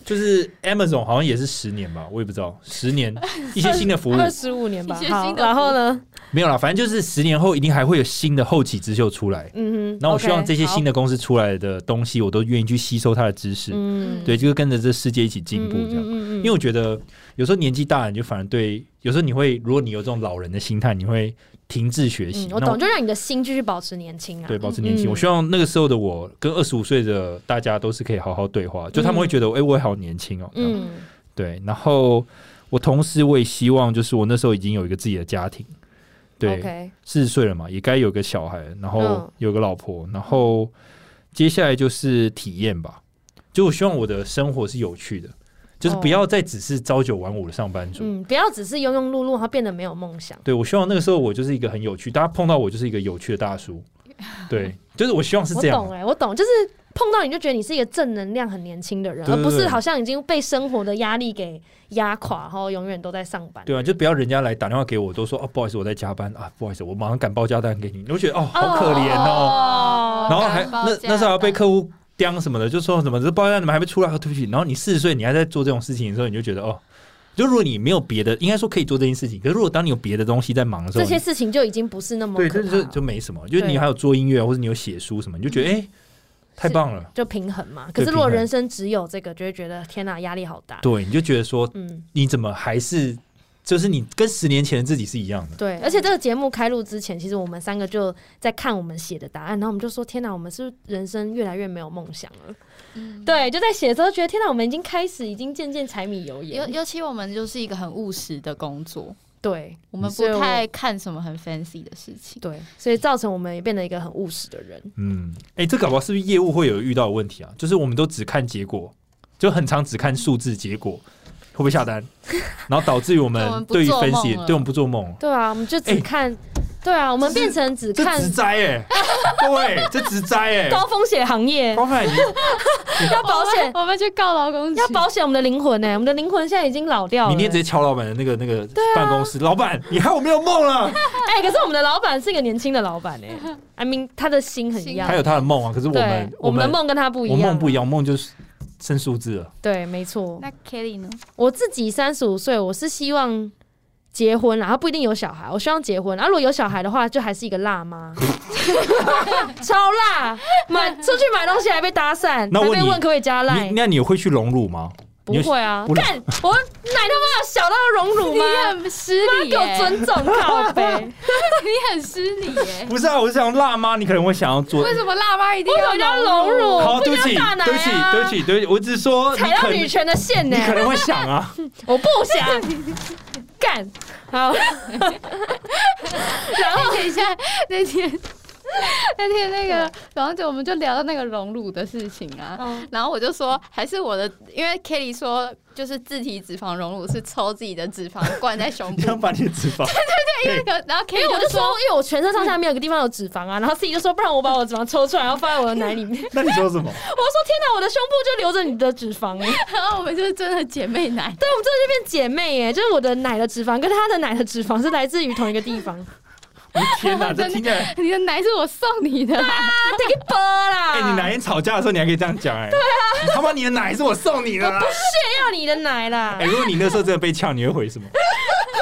S3: 就是 Amazon 好像也是十年吧，我也不知道十
S2: [LAUGHS]
S3: 年一些新的服务
S2: 二十五年吧
S1: 一些。新的
S2: 好，
S1: 服务
S2: 然后呢？
S3: 没有啦，反正就是十年后一定还会有新的后起之秀出来。
S2: 嗯哼，
S3: 那我希望
S2: OK，
S3: 这些
S2: 好
S3: 新的公司出来的东西，我都愿意去吸收它的知识，
S2: 嗯
S3: 对，就是跟着这世界一起进步这样。
S2: 嗯
S3: 因为我觉得有时候年纪大了，你就反而对，有时候你会，如果你有这种老人的心态，你会停滞学习。
S2: 嗯我
S3: 那
S2: 懂，就让你的心继续保持年轻啊。
S3: 对，保持年轻。
S2: 嗯
S3: 我希望那个时候的我跟二十五岁的大家都是可以好好对话，就他们会觉得，哎、我也好年轻哦、这样
S2: 嗯，
S3: 对，然后我同时我也希望，就是我那时候已经有一个自己的家庭，对，
S2: ，OK，
S3: 四十岁了嘛，也该有个小孩，然后
S2: 嗯
S3: 有个老婆，然后接下来就是体验吧。就我希望我的生活是有趣的，就是不
S2: 哦
S3: 要再只是朝九晚五的上班族。
S2: 嗯，不要只是庸庸碌碌，它变得没有梦想。
S3: 对我希望那个时候我就是一个很有趣，大家碰到我就是一个有趣的大
S2: [LAUGHS]
S3: 叔。对，就是我希望是
S2: 我
S3: 这样
S2: 懂
S3: 啊。
S2: 哎、我懂，就是碰到你就觉得你是一个正能量、很年轻的人，
S3: 对对
S2: 而不
S3: 对
S2: 是好像已经被生活的压力给压垮，然后永远都在上班。
S3: 对啊，就不要人家来打电话给我，都说哦，不好意思，我在加班啊，不好意思，我马上赶报价单给你。我就觉得哦，好可怜哦。
S2: 哦
S3: 然后还
S1: 赶报
S3: 那
S1: 价
S3: 那时候还被
S1: 单
S3: 客户刁什么的，就说什么这报价怎么还没出来、啊，对不起。然后你四十岁，你还在做这种事情的时候，你就觉得哦，就如果你没有别的，应该说可以做这件事情。可是如果当你有别的东西在忙的时候，
S2: 这些
S3: 你
S2: 事情就已经不是那么
S3: 对，
S2: 可
S3: 这
S2: 怕
S3: 就
S2: 了
S3: 就没什么。就是你
S2: 对
S3: 还有做音乐或者你有写书什么，你就觉得哎、太棒了。
S2: 就平衡嘛。
S3: 对
S2: 可是如果
S3: 平衡
S2: 人生只有这个，就会觉得天哪、压力好大。
S3: 对，你就觉得说
S2: 嗯，
S3: 你怎么还是就是你跟十年前的自己是一样的。
S2: 对。而且这个节目开录之前，其实我们三个就在看我们写的答案，然后我们就说：天哪、我们是不是人生越来越没有梦想了？
S1: 嗯
S2: 对，就在写的时候觉得天哪、我们已经开始，已经渐渐柴米油
S1: 尤
S2: 盐。
S1: 尤其我们就是一个很务实的工作，
S2: 对
S1: 我们
S2: 所以
S1: 不
S2: 我
S1: 太看什么很 fancy 的事情。
S2: 对，所以造成我们也变得一个很务实的人。
S3: 嗯，哎、这搞不好是不是业务会有遇到的问题啊？就是我们都只看结果，就很常只看数字结果，会不会下单，然后导致于我
S1: 对我
S2: [LAUGHS]
S1: 们
S3: 们
S1: 不
S3: 对于
S1: 做
S3: 分
S1: 梦
S3: 析
S1: 了，
S3: 对我们不做梦，
S2: 对啊，我们就只
S3: 哎
S2: 看，对啊，我们
S3: 这是
S2: 变成只
S3: 这
S2: 看
S3: 直栽哎、各位，这直栽哎、
S2: [LAUGHS] 高风险行业，
S3: 高范，你
S2: [LAUGHS] 要保险，
S1: 我们我们去告劳工局，
S2: 要保险我们的灵魂欸呢、我们的灵魂现在已经老掉了。
S3: 明天直接敲老板的那个那个
S2: 啊
S3: 办公室，老板，你害我没有梦了。
S2: [LAUGHS] 哎、可是我们的老板是一个年轻的老板 [LAUGHS] 哎、I mean 他的心很一样
S3: 他，有他的梦啊，可是我
S2: 对
S3: 们，
S2: 我们
S3: 们
S2: 的梦跟他不一
S3: 我
S2: 样，
S3: 梦不一样，我梦就是剩数字了。
S2: 对，没错。
S1: 那 Kelly 呢？
S2: 我自己三十五岁，我是希望结婚啦，然后不一定有小孩，我希望结婚。啊然后如果有小孩的话，就还是一个辣 [LAUGHS] 妈，超辣，买出去买东西还被搭讪，
S3: 那
S2: 还
S3: 问
S2: 被
S3: 你
S2: 问可不可以加赖
S3: 你，那你会去荣辱吗？
S2: 不会啊
S3: 你，有
S2: 干我奶他妈小到要荣辱吗？
S1: 很失
S2: 妈给我尊重靠背，
S1: 你很失礼耶！
S3: 不是啊，我是想辣妈，你可能会想要做。
S1: 为什么辣妈一定
S2: 为什么
S1: 要
S2: 要荣辱？
S3: 好，对不
S2: 不一
S3: 起，
S2: 定要大奶
S3: 对不起，
S2: 啊
S3: 对不起，对不起，我只是说你
S2: 踩到
S3: 可能
S2: 女权的线呢
S3: 你，可能会想啊，
S2: [LAUGHS] 我不想干 [LAUGHS] 好。
S1: 然后等一下， [LAUGHS] 那天那天那个，然后就我们就聊到那个荣辱的事情啊。
S2: 嗯
S1: 然后我就说，还是我的，因为 Kelly 说，就是自体脂肪荣辱是抽自己的脂肪灌在
S2: [LAUGHS]
S1: 胸
S3: 你
S1: 部
S3: 想。把你的脂肪。
S1: 那个，然后
S2: 因为
S1: Kelly
S2: 我就说
S1: 说，，
S2: 因为我全身上下没有一个地方有脂肪啊，然后自己就说，不然我把我的脂肪抽出来，然后放 [LAUGHS] 在我的奶里面。
S3: 那你说什么？
S2: 我说天哪，我的胸部就留着你的脂 [LAUGHS] 肪哎、
S1: 然哦后我们就是真的姐妹奶。
S2: 对，我们真的就变姐妹哎、就是我的奶的脂肪跟她的奶的脂肪是来自于同一个地 [LAUGHS] 方。
S3: 我的天哪，这听起来……
S1: 你的啊奶是我送你的，
S2: 啊，这个波啦！
S3: 哎，你哪天吵架的时候，你还可以这样讲哎。对啊，他妈你的奶是我送你的啦。
S2: 炫耀你的奶啦
S3: 哎，？如果你那时候真的被呛，你会回什么？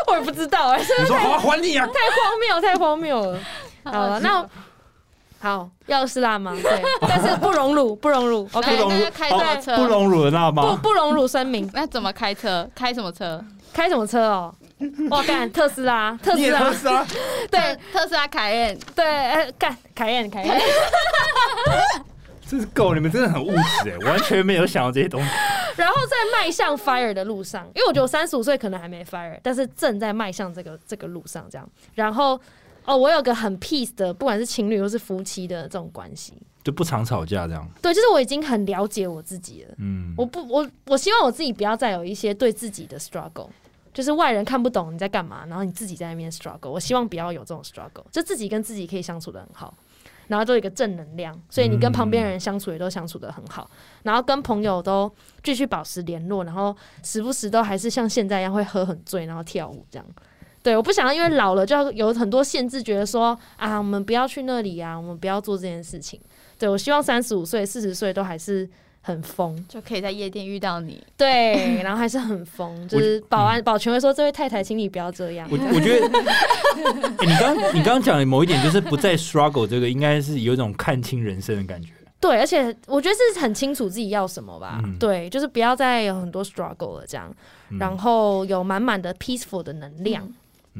S2: 我也不知道哎、真
S3: 你
S2: 的
S3: 说好啊还你啊！
S2: 太荒 [LAUGHS] 谬，太荒谬了。好了，那
S1: [LAUGHS] 那
S2: 好，要是辣妈，对， [LAUGHS] 但是不荣辱，不荣辱
S1: 来
S2: ，OK，
S3: 不容
S1: 那就开
S3: 好
S1: 什
S3: 不
S1: 么车？
S3: 容忍辣
S2: 不
S3: 妈。
S2: 不荣辱声明。
S1: 那怎么开车？开什么车？
S2: 开什么车
S3: [LAUGHS]
S2: 哦？哇，干特斯拉，特
S3: 你
S2: 斯
S3: 也
S2: 拉
S3: 喝，死啊！
S1: 对，特斯拉凯宴。
S2: 对，呃干凯宴，
S3: [LAUGHS]
S2: 凯宴。
S3: 真是够，你们真的很务实哎，完全没有想到这些东西。
S2: 然后在迈向 fire 的路上，因为我觉得我三十五岁可能还没 fire，但是正在迈向这个这个路上这样。然后哦，我有个很 peace 的，不管是情侣或是夫妻的这种关系，
S3: 就不常吵架这样。
S2: 对，就是我已经很了解我自己了。
S3: 嗯，
S2: 我不，我我希望我自己不要再有一些对自己的 struggle，就是外人看不懂你在干嘛，然后你自己在那边 struggle。我希望不要有这种 struggle，就自己跟自己可以相处的很好，然后都有一个正能量，所以你跟旁边人相处也都相处的很好，然后跟朋友都继续保持联络，然后时不时都还是像现在一样会喝很醉，然后跳舞这样。对，我不想要因为老了就要有很多限制，觉得说啊，我们不要去那里啊，我们不要做这件事情。对我希望三十五岁、四十岁都还是很疯，
S1: 就可以在夜店遇到你。
S2: [LAUGHS] 对，然后还是很疯，就是保安保全会说：“这位太太，请你不要这样。
S3: 嗯我我觉得，欸你刚你刚刚讲的某一点就是不再 struggle 这个，应该是有一种看清人生的感觉。”
S2: 对，而且我觉得是很清楚自己要什么吧。
S3: 嗯
S2: 对，就是不要再有很多 struggle 了，这样，
S3: 嗯
S2: 然后有满满的 peaceful 的能量。
S3: 嗯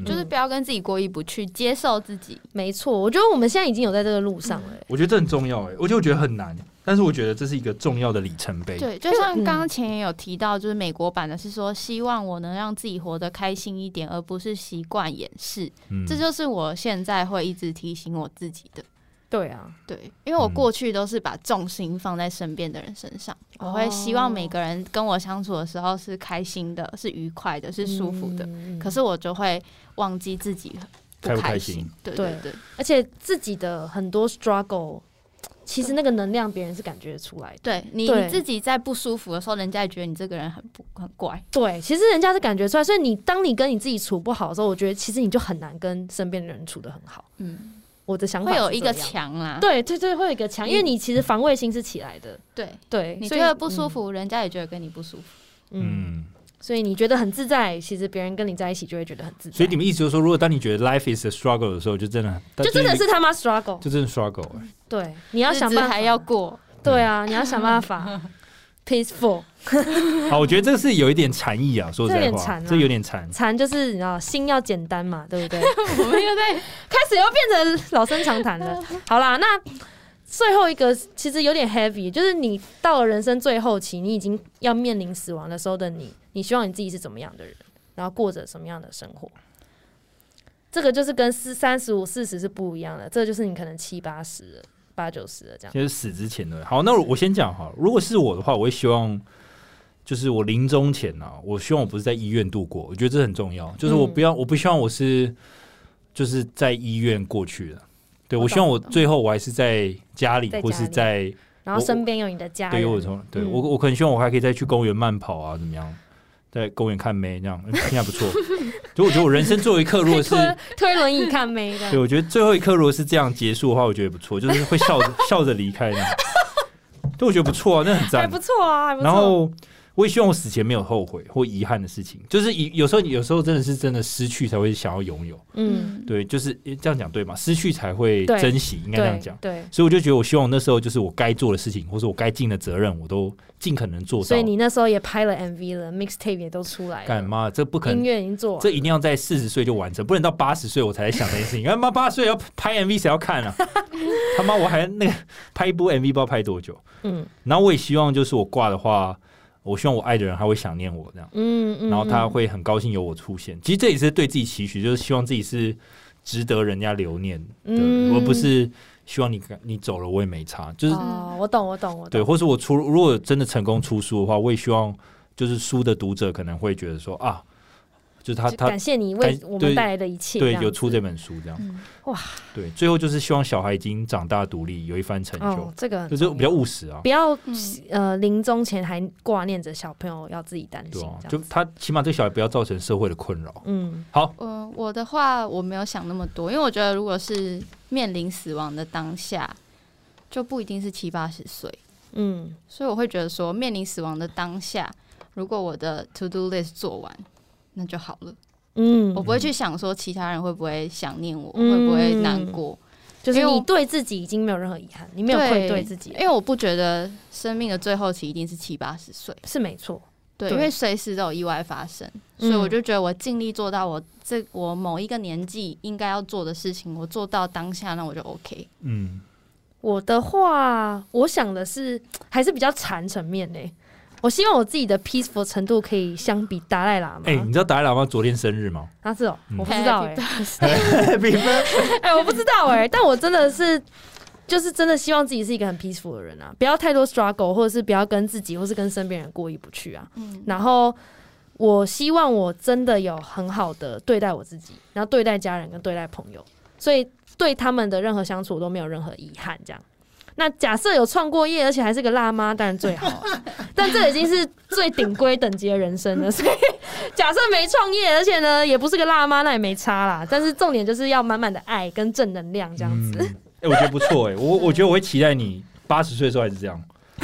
S1: 就是不要跟自己过意不去，接受自己。
S2: 没错，我觉得我们现在已经有在这个路上
S1: 嗯
S2: 了、欸
S3: 我觉得这很重要哎，我就觉得很难，但是我觉得这是一个重要的里程碑。
S1: 对，就像刚刚前也有提到，就是美国版的是说，希望我能让自己活得开心一点，而不是习惯掩饰。
S3: 嗯
S1: 这就是我现在会一直提醒我自己的。
S2: 对啊，
S1: 对，因为我
S3: 嗯
S1: 过去都是把重心放在身边的人身上，我会希望每个人跟我相处的时候是开心的、是愉快的、是舒服
S3: 哦
S1: 的。
S2: 嗯
S1: 可是我就会忘记自己不
S3: 开不开
S1: 开
S3: 心
S1: 心。对对对，
S2: 而且自己的很多 struggle，其实那个能量别人是感觉得出来的。
S1: 对你
S2: 对
S1: 你自己在不舒服的时候，人家也觉得你这个人很不很怪。
S2: 对，其实人家是感觉出来，所以你当你跟你自己处不好的时候，我觉得其实你就很难跟身边的人处得很好。
S1: 嗯，
S2: 我的想法
S1: 会有
S2: 是
S1: 一
S2: 这
S1: 个
S2: 样
S1: 墙啊啦。
S2: 对对对，会有一个墙，因为你其实防卫心是起来的，
S1: 对，
S2: 对，
S1: 嗯你
S2: 所
S1: 觉
S2: 以
S1: 得不舒，服，人家也觉得跟你不舒服。
S2: 嗯，嗯
S3: 嗯，
S2: 所以你觉得很自在，其实别人跟你在一起就会觉得很自在，
S3: 所以你们意思就是说，如果当你觉得 life is a struggle 的时候，就真的
S2: 就真的是他妈 struggle，
S3: 就真的 struggle 哎。
S2: 对，你要
S1: 日
S2: 想
S1: 子
S2: 办法，
S1: 还要
S2: [LAUGHS]
S1: 过，
S2: 对啊，你要想
S1: [LAUGHS]
S2: 办法 peaceful，
S3: 欸好，我觉得这是有一点禅意啊，说实
S2: 这
S3: 在
S2: 有点
S3: 话，
S2: 禅啊
S3: 这有点禅。
S2: 禅就是你知道心要简单嘛，对不对？
S1: 我们又在
S2: 开始又变成老生常谈了。好啦，那最后一个其实有点 heavy，就是你到了人生最后期，你已经要面临死亡的时候的你，你希望你自己是怎么样的人，然后过着什么样的生活？这个就是跟四三十五、四十是不一样的，这个就是你可能七八十了、八九十了这样。
S3: 就是死之前的。好，那我先讲哈，如果是我的话，我会希望。就是我临终前呢、啊，我希望我不是在医院度过，我觉得这很重要。就是我不
S2: 嗯
S3: 要，我不希望我是就是在医院过去的。对
S2: 我
S3: 我希望
S2: 懂
S3: 我最后我还是在家里，
S2: 在
S3: 或是
S2: 家
S3: 在
S2: 然后
S3: 我
S2: 身边有你的家
S3: 对于我
S2: 人，
S3: 从对
S2: 嗯
S3: 我我可能希望我还可以再去公园慢跑啊，怎么样？在公园看妹这样， [LAUGHS] 嗯听起来不错。就我觉得我人生最后一刻，如果是
S2: 推推轮椅看
S3: [LAUGHS]
S2: 妹
S3: 对，
S2: 的，
S3: 我觉得最后一刻如果是这样结束的话，我觉得也不错，就是会笑
S2: [LAUGHS]
S3: 着笑着离开那样。对，我觉得不错啊，那很
S2: 还
S3: 赞
S2: 不。错啊，还不错。
S3: 然后我也希望我死前没有后悔或遗憾的事情，就是有有时候有时候真的是真的失去才会想要拥有。
S2: 嗯，
S3: 对，就是诶这样讲对吗？失去才会
S2: 对
S3: 珍惜，应该这样
S2: 对
S3: 讲。
S2: 对，
S3: 所以我就觉得，我希望那时候就是我该做的事情，或者我该尽的责任，我都尽可能做到。
S2: 所以你那时候也拍了 MV 了，mixtape 也都出来
S3: 干
S2: 了，
S3: 嘛？这不可
S2: 音
S3: 能，
S2: 乐已经做完
S3: 这
S2: 了，
S3: 一定要在四十岁就完成，不能到八十岁我才想这件事情。他妈八十岁要拍 MV，谁要看啊？ [LAUGHS] 他妈我还那个拍一部 MV，不知道拍多久。
S2: 嗯
S3: 然后我也希望，就是我挂的话，我希望我爱的人他会想念我这样，
S2: 嗯嗯，
S3: 然后他会很高兴有我出现。其实这也是对自己期许，就是希望自己是值得人家留念的，
S2: 嗯
S3: 而不是希望你你走了我也没差，就是
S2: 哦，我懂我懂我懂，
S3: 对，或是我出如果真的成功出书的话，我也希望就是书的读者可能会觉得说啊，就是他
S2: 就
S3: 他
S2: 感谢你为
S3: 感
S2: 我们
S3: 对
S2: 带来的一切，
S3: 对
S2: 这样
S3: 有出
S2: 子
S3: 这本书这样，
S1: 嗯
S2: 哇，
S3: 对，最后就是希望小孩已经长大独立，有一番成
S2: 哦
S3: 就，，
S2: 这个很
S3: 就是
S2: 重
S3: 比较
S2: 要
S3: 务实啊
S2: 不，要
S1: 嗯
S2: 呃临终前还挂念着小朋友要自己担心
S3: 对啊，
S2: 这
S3: 就
S2: 样子，
S3: 他起码对小孩不要造成社会的困扰。
S2: 嗯
S3: 好，
S1: 嗯，我的话我没有想那么多，因为我觉得如果是面临死亡的当下，就不一定是七八十岁，
S2: 嗯
S1: 所以我会觉得说，面临死亡的当下，如果我的 to do list 做完，那就好了，我
S2: 嗯，
S1: 不会去想说其他人会不会想念我，
S2: 嗯
S1: 会不会难过，
S2: 就是
S1: 因为
S2: 你
S1: 我
S2: 对自己已经没有任何遗憾，你没有愧对自己
S1: 因，为我不觉得生命的最后期一定是七八十岁，
S2: 是没错，
S1: 对，
S2: 对
S1: 因为随时都有意外发生，所
S2: 嗯
S1: 以我就觉得我尽力做到我这我某一个年纪应该要做的事情，我做到当下，那我就 [LAUGHS] OK。
S3: 嗯，
S2: 我的话，我想的是还是比较禅层面呢、我希望我自己的 peaceful 程度可以相比达赖喇嘛。
S3: 哎，你知道达赖喇嘛昨天生日吗
S2: 啊是哦，
S3: 嗯
S2: 我不知道哎、
S3: ？Happy birthday
S2: 哎、我不知道哎、但我真的是，就是真的希望自己是一个很 peaceful 的人啊，不要太多 struggle，或者是不要跟自己或是跟身边人过意不去啊。
S1: 嗯
S2: 然后我希望我真的有很好的对待我自己，然后对待家人跟对待朋友，所以对他们的任何相处我都没有任何遗憾。这样，那假设有创过业，而且还是个辣妈，当然最好啊、但这已经是最顶规等级的人生了。所以假设没创业，而且呢也不是个辣妈，那也没差啦。但是重点就是要满满的爱跟正能量这样子。
S3: 嗯哎，我觉得不错哎，我我觉得我会期待你八十岁的时候还是这样。
S2: [LAUGHS]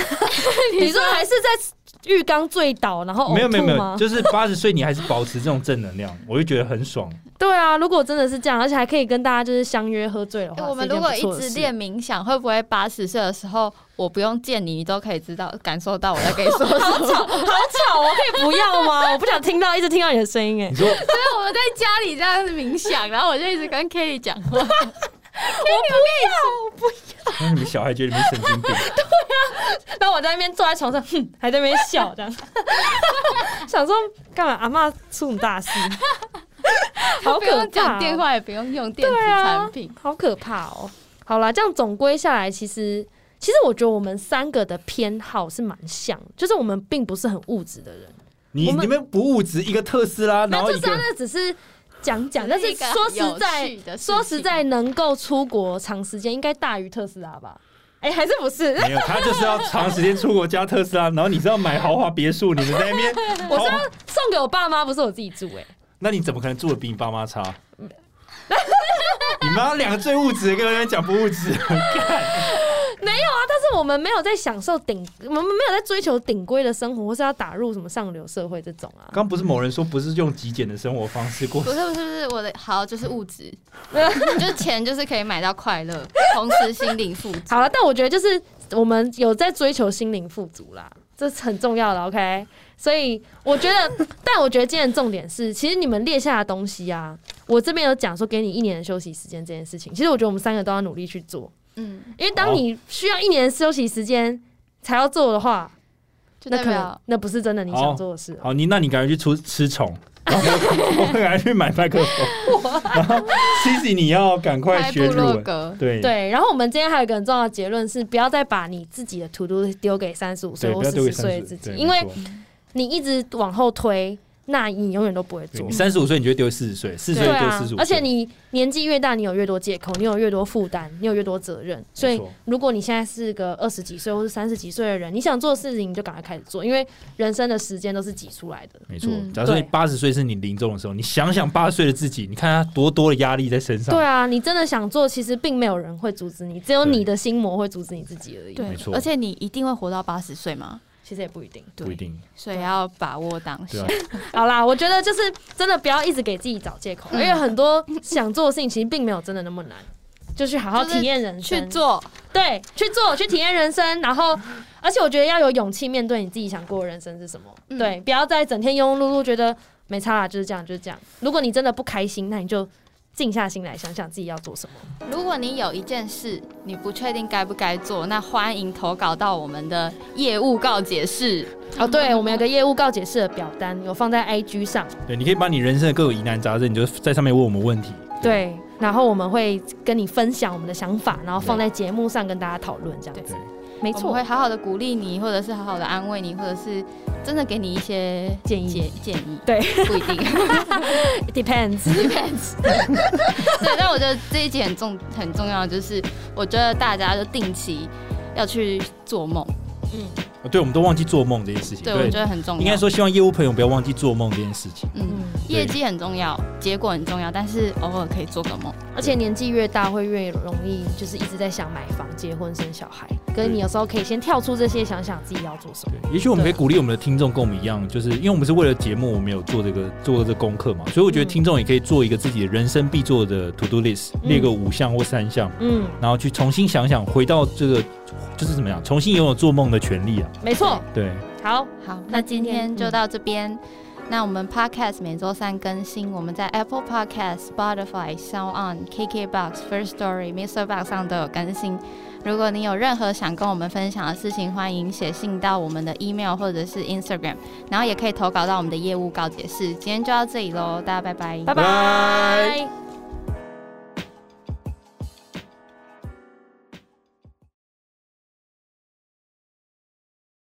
S2: 你说还是在浴缸醉倒，然后哦呕吐吗
S3: 没有没有没有，就是八十岁你还是保持这种正能量，我就觉得很爽。
S2: 对啊，如果真的是这样，而且还可以跟大家就是相约喝醉的
S1: 欸
S2: 话，
S1: 我们
S2: 是
S1: 如
S2: 件不
S1: 果一
S2: 错的
S1: 直
S2: 事
S1: 练，冥想，会不会八十岁的时候，我不用见你，你都可以知道、感受到我在跟你说什么？所 [LAUGHS]
S2: 好吵，我可以 [LAUGHS] 不要吗？我不想听到，一直听到你的声音，哎
S3: 你，说 [LAUGHS]
S1: 以我们在家里这样子冥想，然后我就一直跟 Kelly 讲话。
S3: 那你们小孩觉得你们神经病，
S2: 然后我在那边坐在床上，哼，还在那边笑，这样， [LAUGHS] 想说干嘛？阿妈出什么 [LAUGHS] 大事？好
S1: 不
S2: 可
S1: 用
S2: 怕、哦
S1: 讲电，话，也不用用电子
S2: 对啊
S1: 产品。，
S2: 好可怕哦。好啦，这样总归下来，其实其实我觉得我们三个的偏好是蛮像，就是我们并不是很物质的人。
S3: 你
S2: 我们
S3: 你们不物质，一个特斯拉，然
S2: 那
S3: 后
S2: 特
S3: 一
S2: 斯拉
S3: 个
S2: 那只是讲讲，但
S1: 只是
S2: 是
S1: 一个
S2: 说实
S1: 有趣
S2: 在，
S1: 的事情
S2: 说实在，能够出国长时间应该大于特斯拉吧？哎、还是不是？
S3: 没有，他就是要长时间出国加特斯拉，然后你知道买豪华别墅，你们在那边豪
S2: [LAUGHS] [LAUGHS] 我是要
S3: 华，
S2: 送给我爸妈，不是我自己住、哎，
S3: 那你怎么可能住的比你爸妈差？你妈两个最物质的跟人家讲不物质，
S2: 没有啊。但是我们没有在享受顶，我们没有在追求顶规的生活，或是要打入什么上流社会这种啊。
S3: 刚不是某人说不是用极简的生活方式过
S1: 不是不是不是，我的好就是物 [LAUGHS] 质，就是钱就是可以买到快乐，同时心灵富足。
S2: 好了，但我觉得就是我们有在追求心灵富足啦，这是很重要的。OK，所以我觉得， [LAUGHS] 但我觉得今天的重点是，其实你们列下的东西啊，我这边有讲说给你一年的休息时间这件事情，其实我觉得我们三个都要努力去做，
S1: 嗯，
S2: 因为当你需要一年的休息时间才要做的话，
S1: 就
S2: 那
S1: 代
S2: 可能
S1: 表
S2: 那不是真的你想做的事、哦。
S3: 好，你那你赶快去出吃虫，然后我赶快去买麦克风，然后 Cici 你要赶快
S1: 拍
S3: 学
S1: 部
S3: 日
S1: 落
S3: 文，
S1: 格，
S3: 对
S2: 对，然后我们今天还有一个很重要的结论是，不要再把你自己的 to do 丢给三十五岁
S3: 对，
S2: 或
S3: 不要
S2: 四
S3: 丢给
S2: 十
S3: 三
S2: 岁
S3: 十
S2: 的自
S3: 岁，
S2: 己，
S3: 对
S2: 因为
S3: 没错
S2: 你一直往后推，那你永远都不会
S3: 对
S2: 做
S3: 你。三十五岁你就会丢四十岁，四十岁
S2: 对
S3: 就丢
S2: 啊
S3: 四十五，
S2: 而且你年纪越大，你有越多借口，你有越多负担，你有越多责任。所以
S3: 没错，
S2: 如果你现在是个二十几岁或是三十几岁的人，你想做的事情，你就赶快开始做，因为人生的时间都是挤出来的。
S3: 没错
S1: 嗯。
S3: 假如说你
S2: 对
S3: 八十岁是你临终的时候，你想想八十岁的自己，你看他多多的压力在身上，
S2: 对啊，你真的想做，其实并没有人会阻止你，只有
S3: 对
S2: 你的心魔会阻止你自己而已。
S1: 对
S3: 没错，
S1: 而且你一定会活到八十岁嘛，
S2: 其实也不一定。
S1: 对
S3: 不一定，
S1: 所以要把握当
S3: 对
S1: 下
S3: 啊。，
S2: 好啦，我觉得就是真的不要一直给自己找借
S3: [LAUGHS]
S2: 口，因
S1: 嗯
S2: 为很多想做的事情其实并没有真的那么难，就去好好
S1: 就是
S2: 体验人生，
S1: 去做，
S2: 对，去做，去体验人生。然后，而且我觉得要有勇气面对你自己想过的人生是什么。
S1: 嗯
S2: 对，不要再整天庸庸碌碌，觉得没差啦，就是这样，就是这样。如果你真的不开心，那你就静下心来想想自己要做什么。
S1: 如果你有一件事你不确定该不该做，那欢迎投稿到我们的业务告解室。
S2: 哦，对，我们有个业务告解式的表单，有放在 IG 上。
S3: 对，你可以把你人生的各个疑难杂症，你就在上面问我们问题。
S2: 对，然后我们会跟你分享我们的想法，然后放在节目上跟大家讨论，这样子
S3: 对。
S2: 没
S1: 我们
S2: [LAUGHS] 错
S1: 会，好好的鼓励你，或者是好好的安慰你，或者是真的给你一些
S2: 建议
S1: 建建议。
S2: 对，
S1: 不一定。 [LAUGHS]
S2: depends。
S1: 对，但我觉得这一集很重很重要，就是我觉得大家就定期要去做梦，
S3: 哦对，我们都忘记做梦这件事情。
S1: 对我觉得很重要。
S3: 应该，说希望业务朋友不要忘记做梦这件事情。
S1: 嗯，
S2: [LAUGHS] 嗯，
S1: 业绩很重要，结果很重要，但是偶尔可以做个梦。
S2: 而且年纪越大，会越容易就是一直在想买房、结婚、生小孩。可是你有时候可以先跳出这些，想想自己要做什么。
S3: 对，也许我们可以鼓励我们的听众跟我们一样，就是因为我们是为了节目，我们有做这个做这个功课嘛，所以我觉得
S2: 嗯
S3: 听众也可以做一个自己人生必做的 to do list，
S2: 嗯
S3: 列个五项或三项，
S2: 嗯，
S3: 然后去重新想想，回到这个就是怎么样，重新拥有做梦的权利啊。
S2: 没错。
S3: 对，
S2: 好，
S1: 好，那今天嗯就到这边。那我们 Podcast 每周三更新，我们在 Apple Podcast、Spotify、Sound On、KKBox、First Story、Mr. Box 上都有更新。如果你有任何想跟我们分享的事情，欢迎写信到我们的 email 或者是 Instagram，然后也可以投稿到我们的业务告解室。今天就到这里喽，大家拜拜，
S2: 拜拜。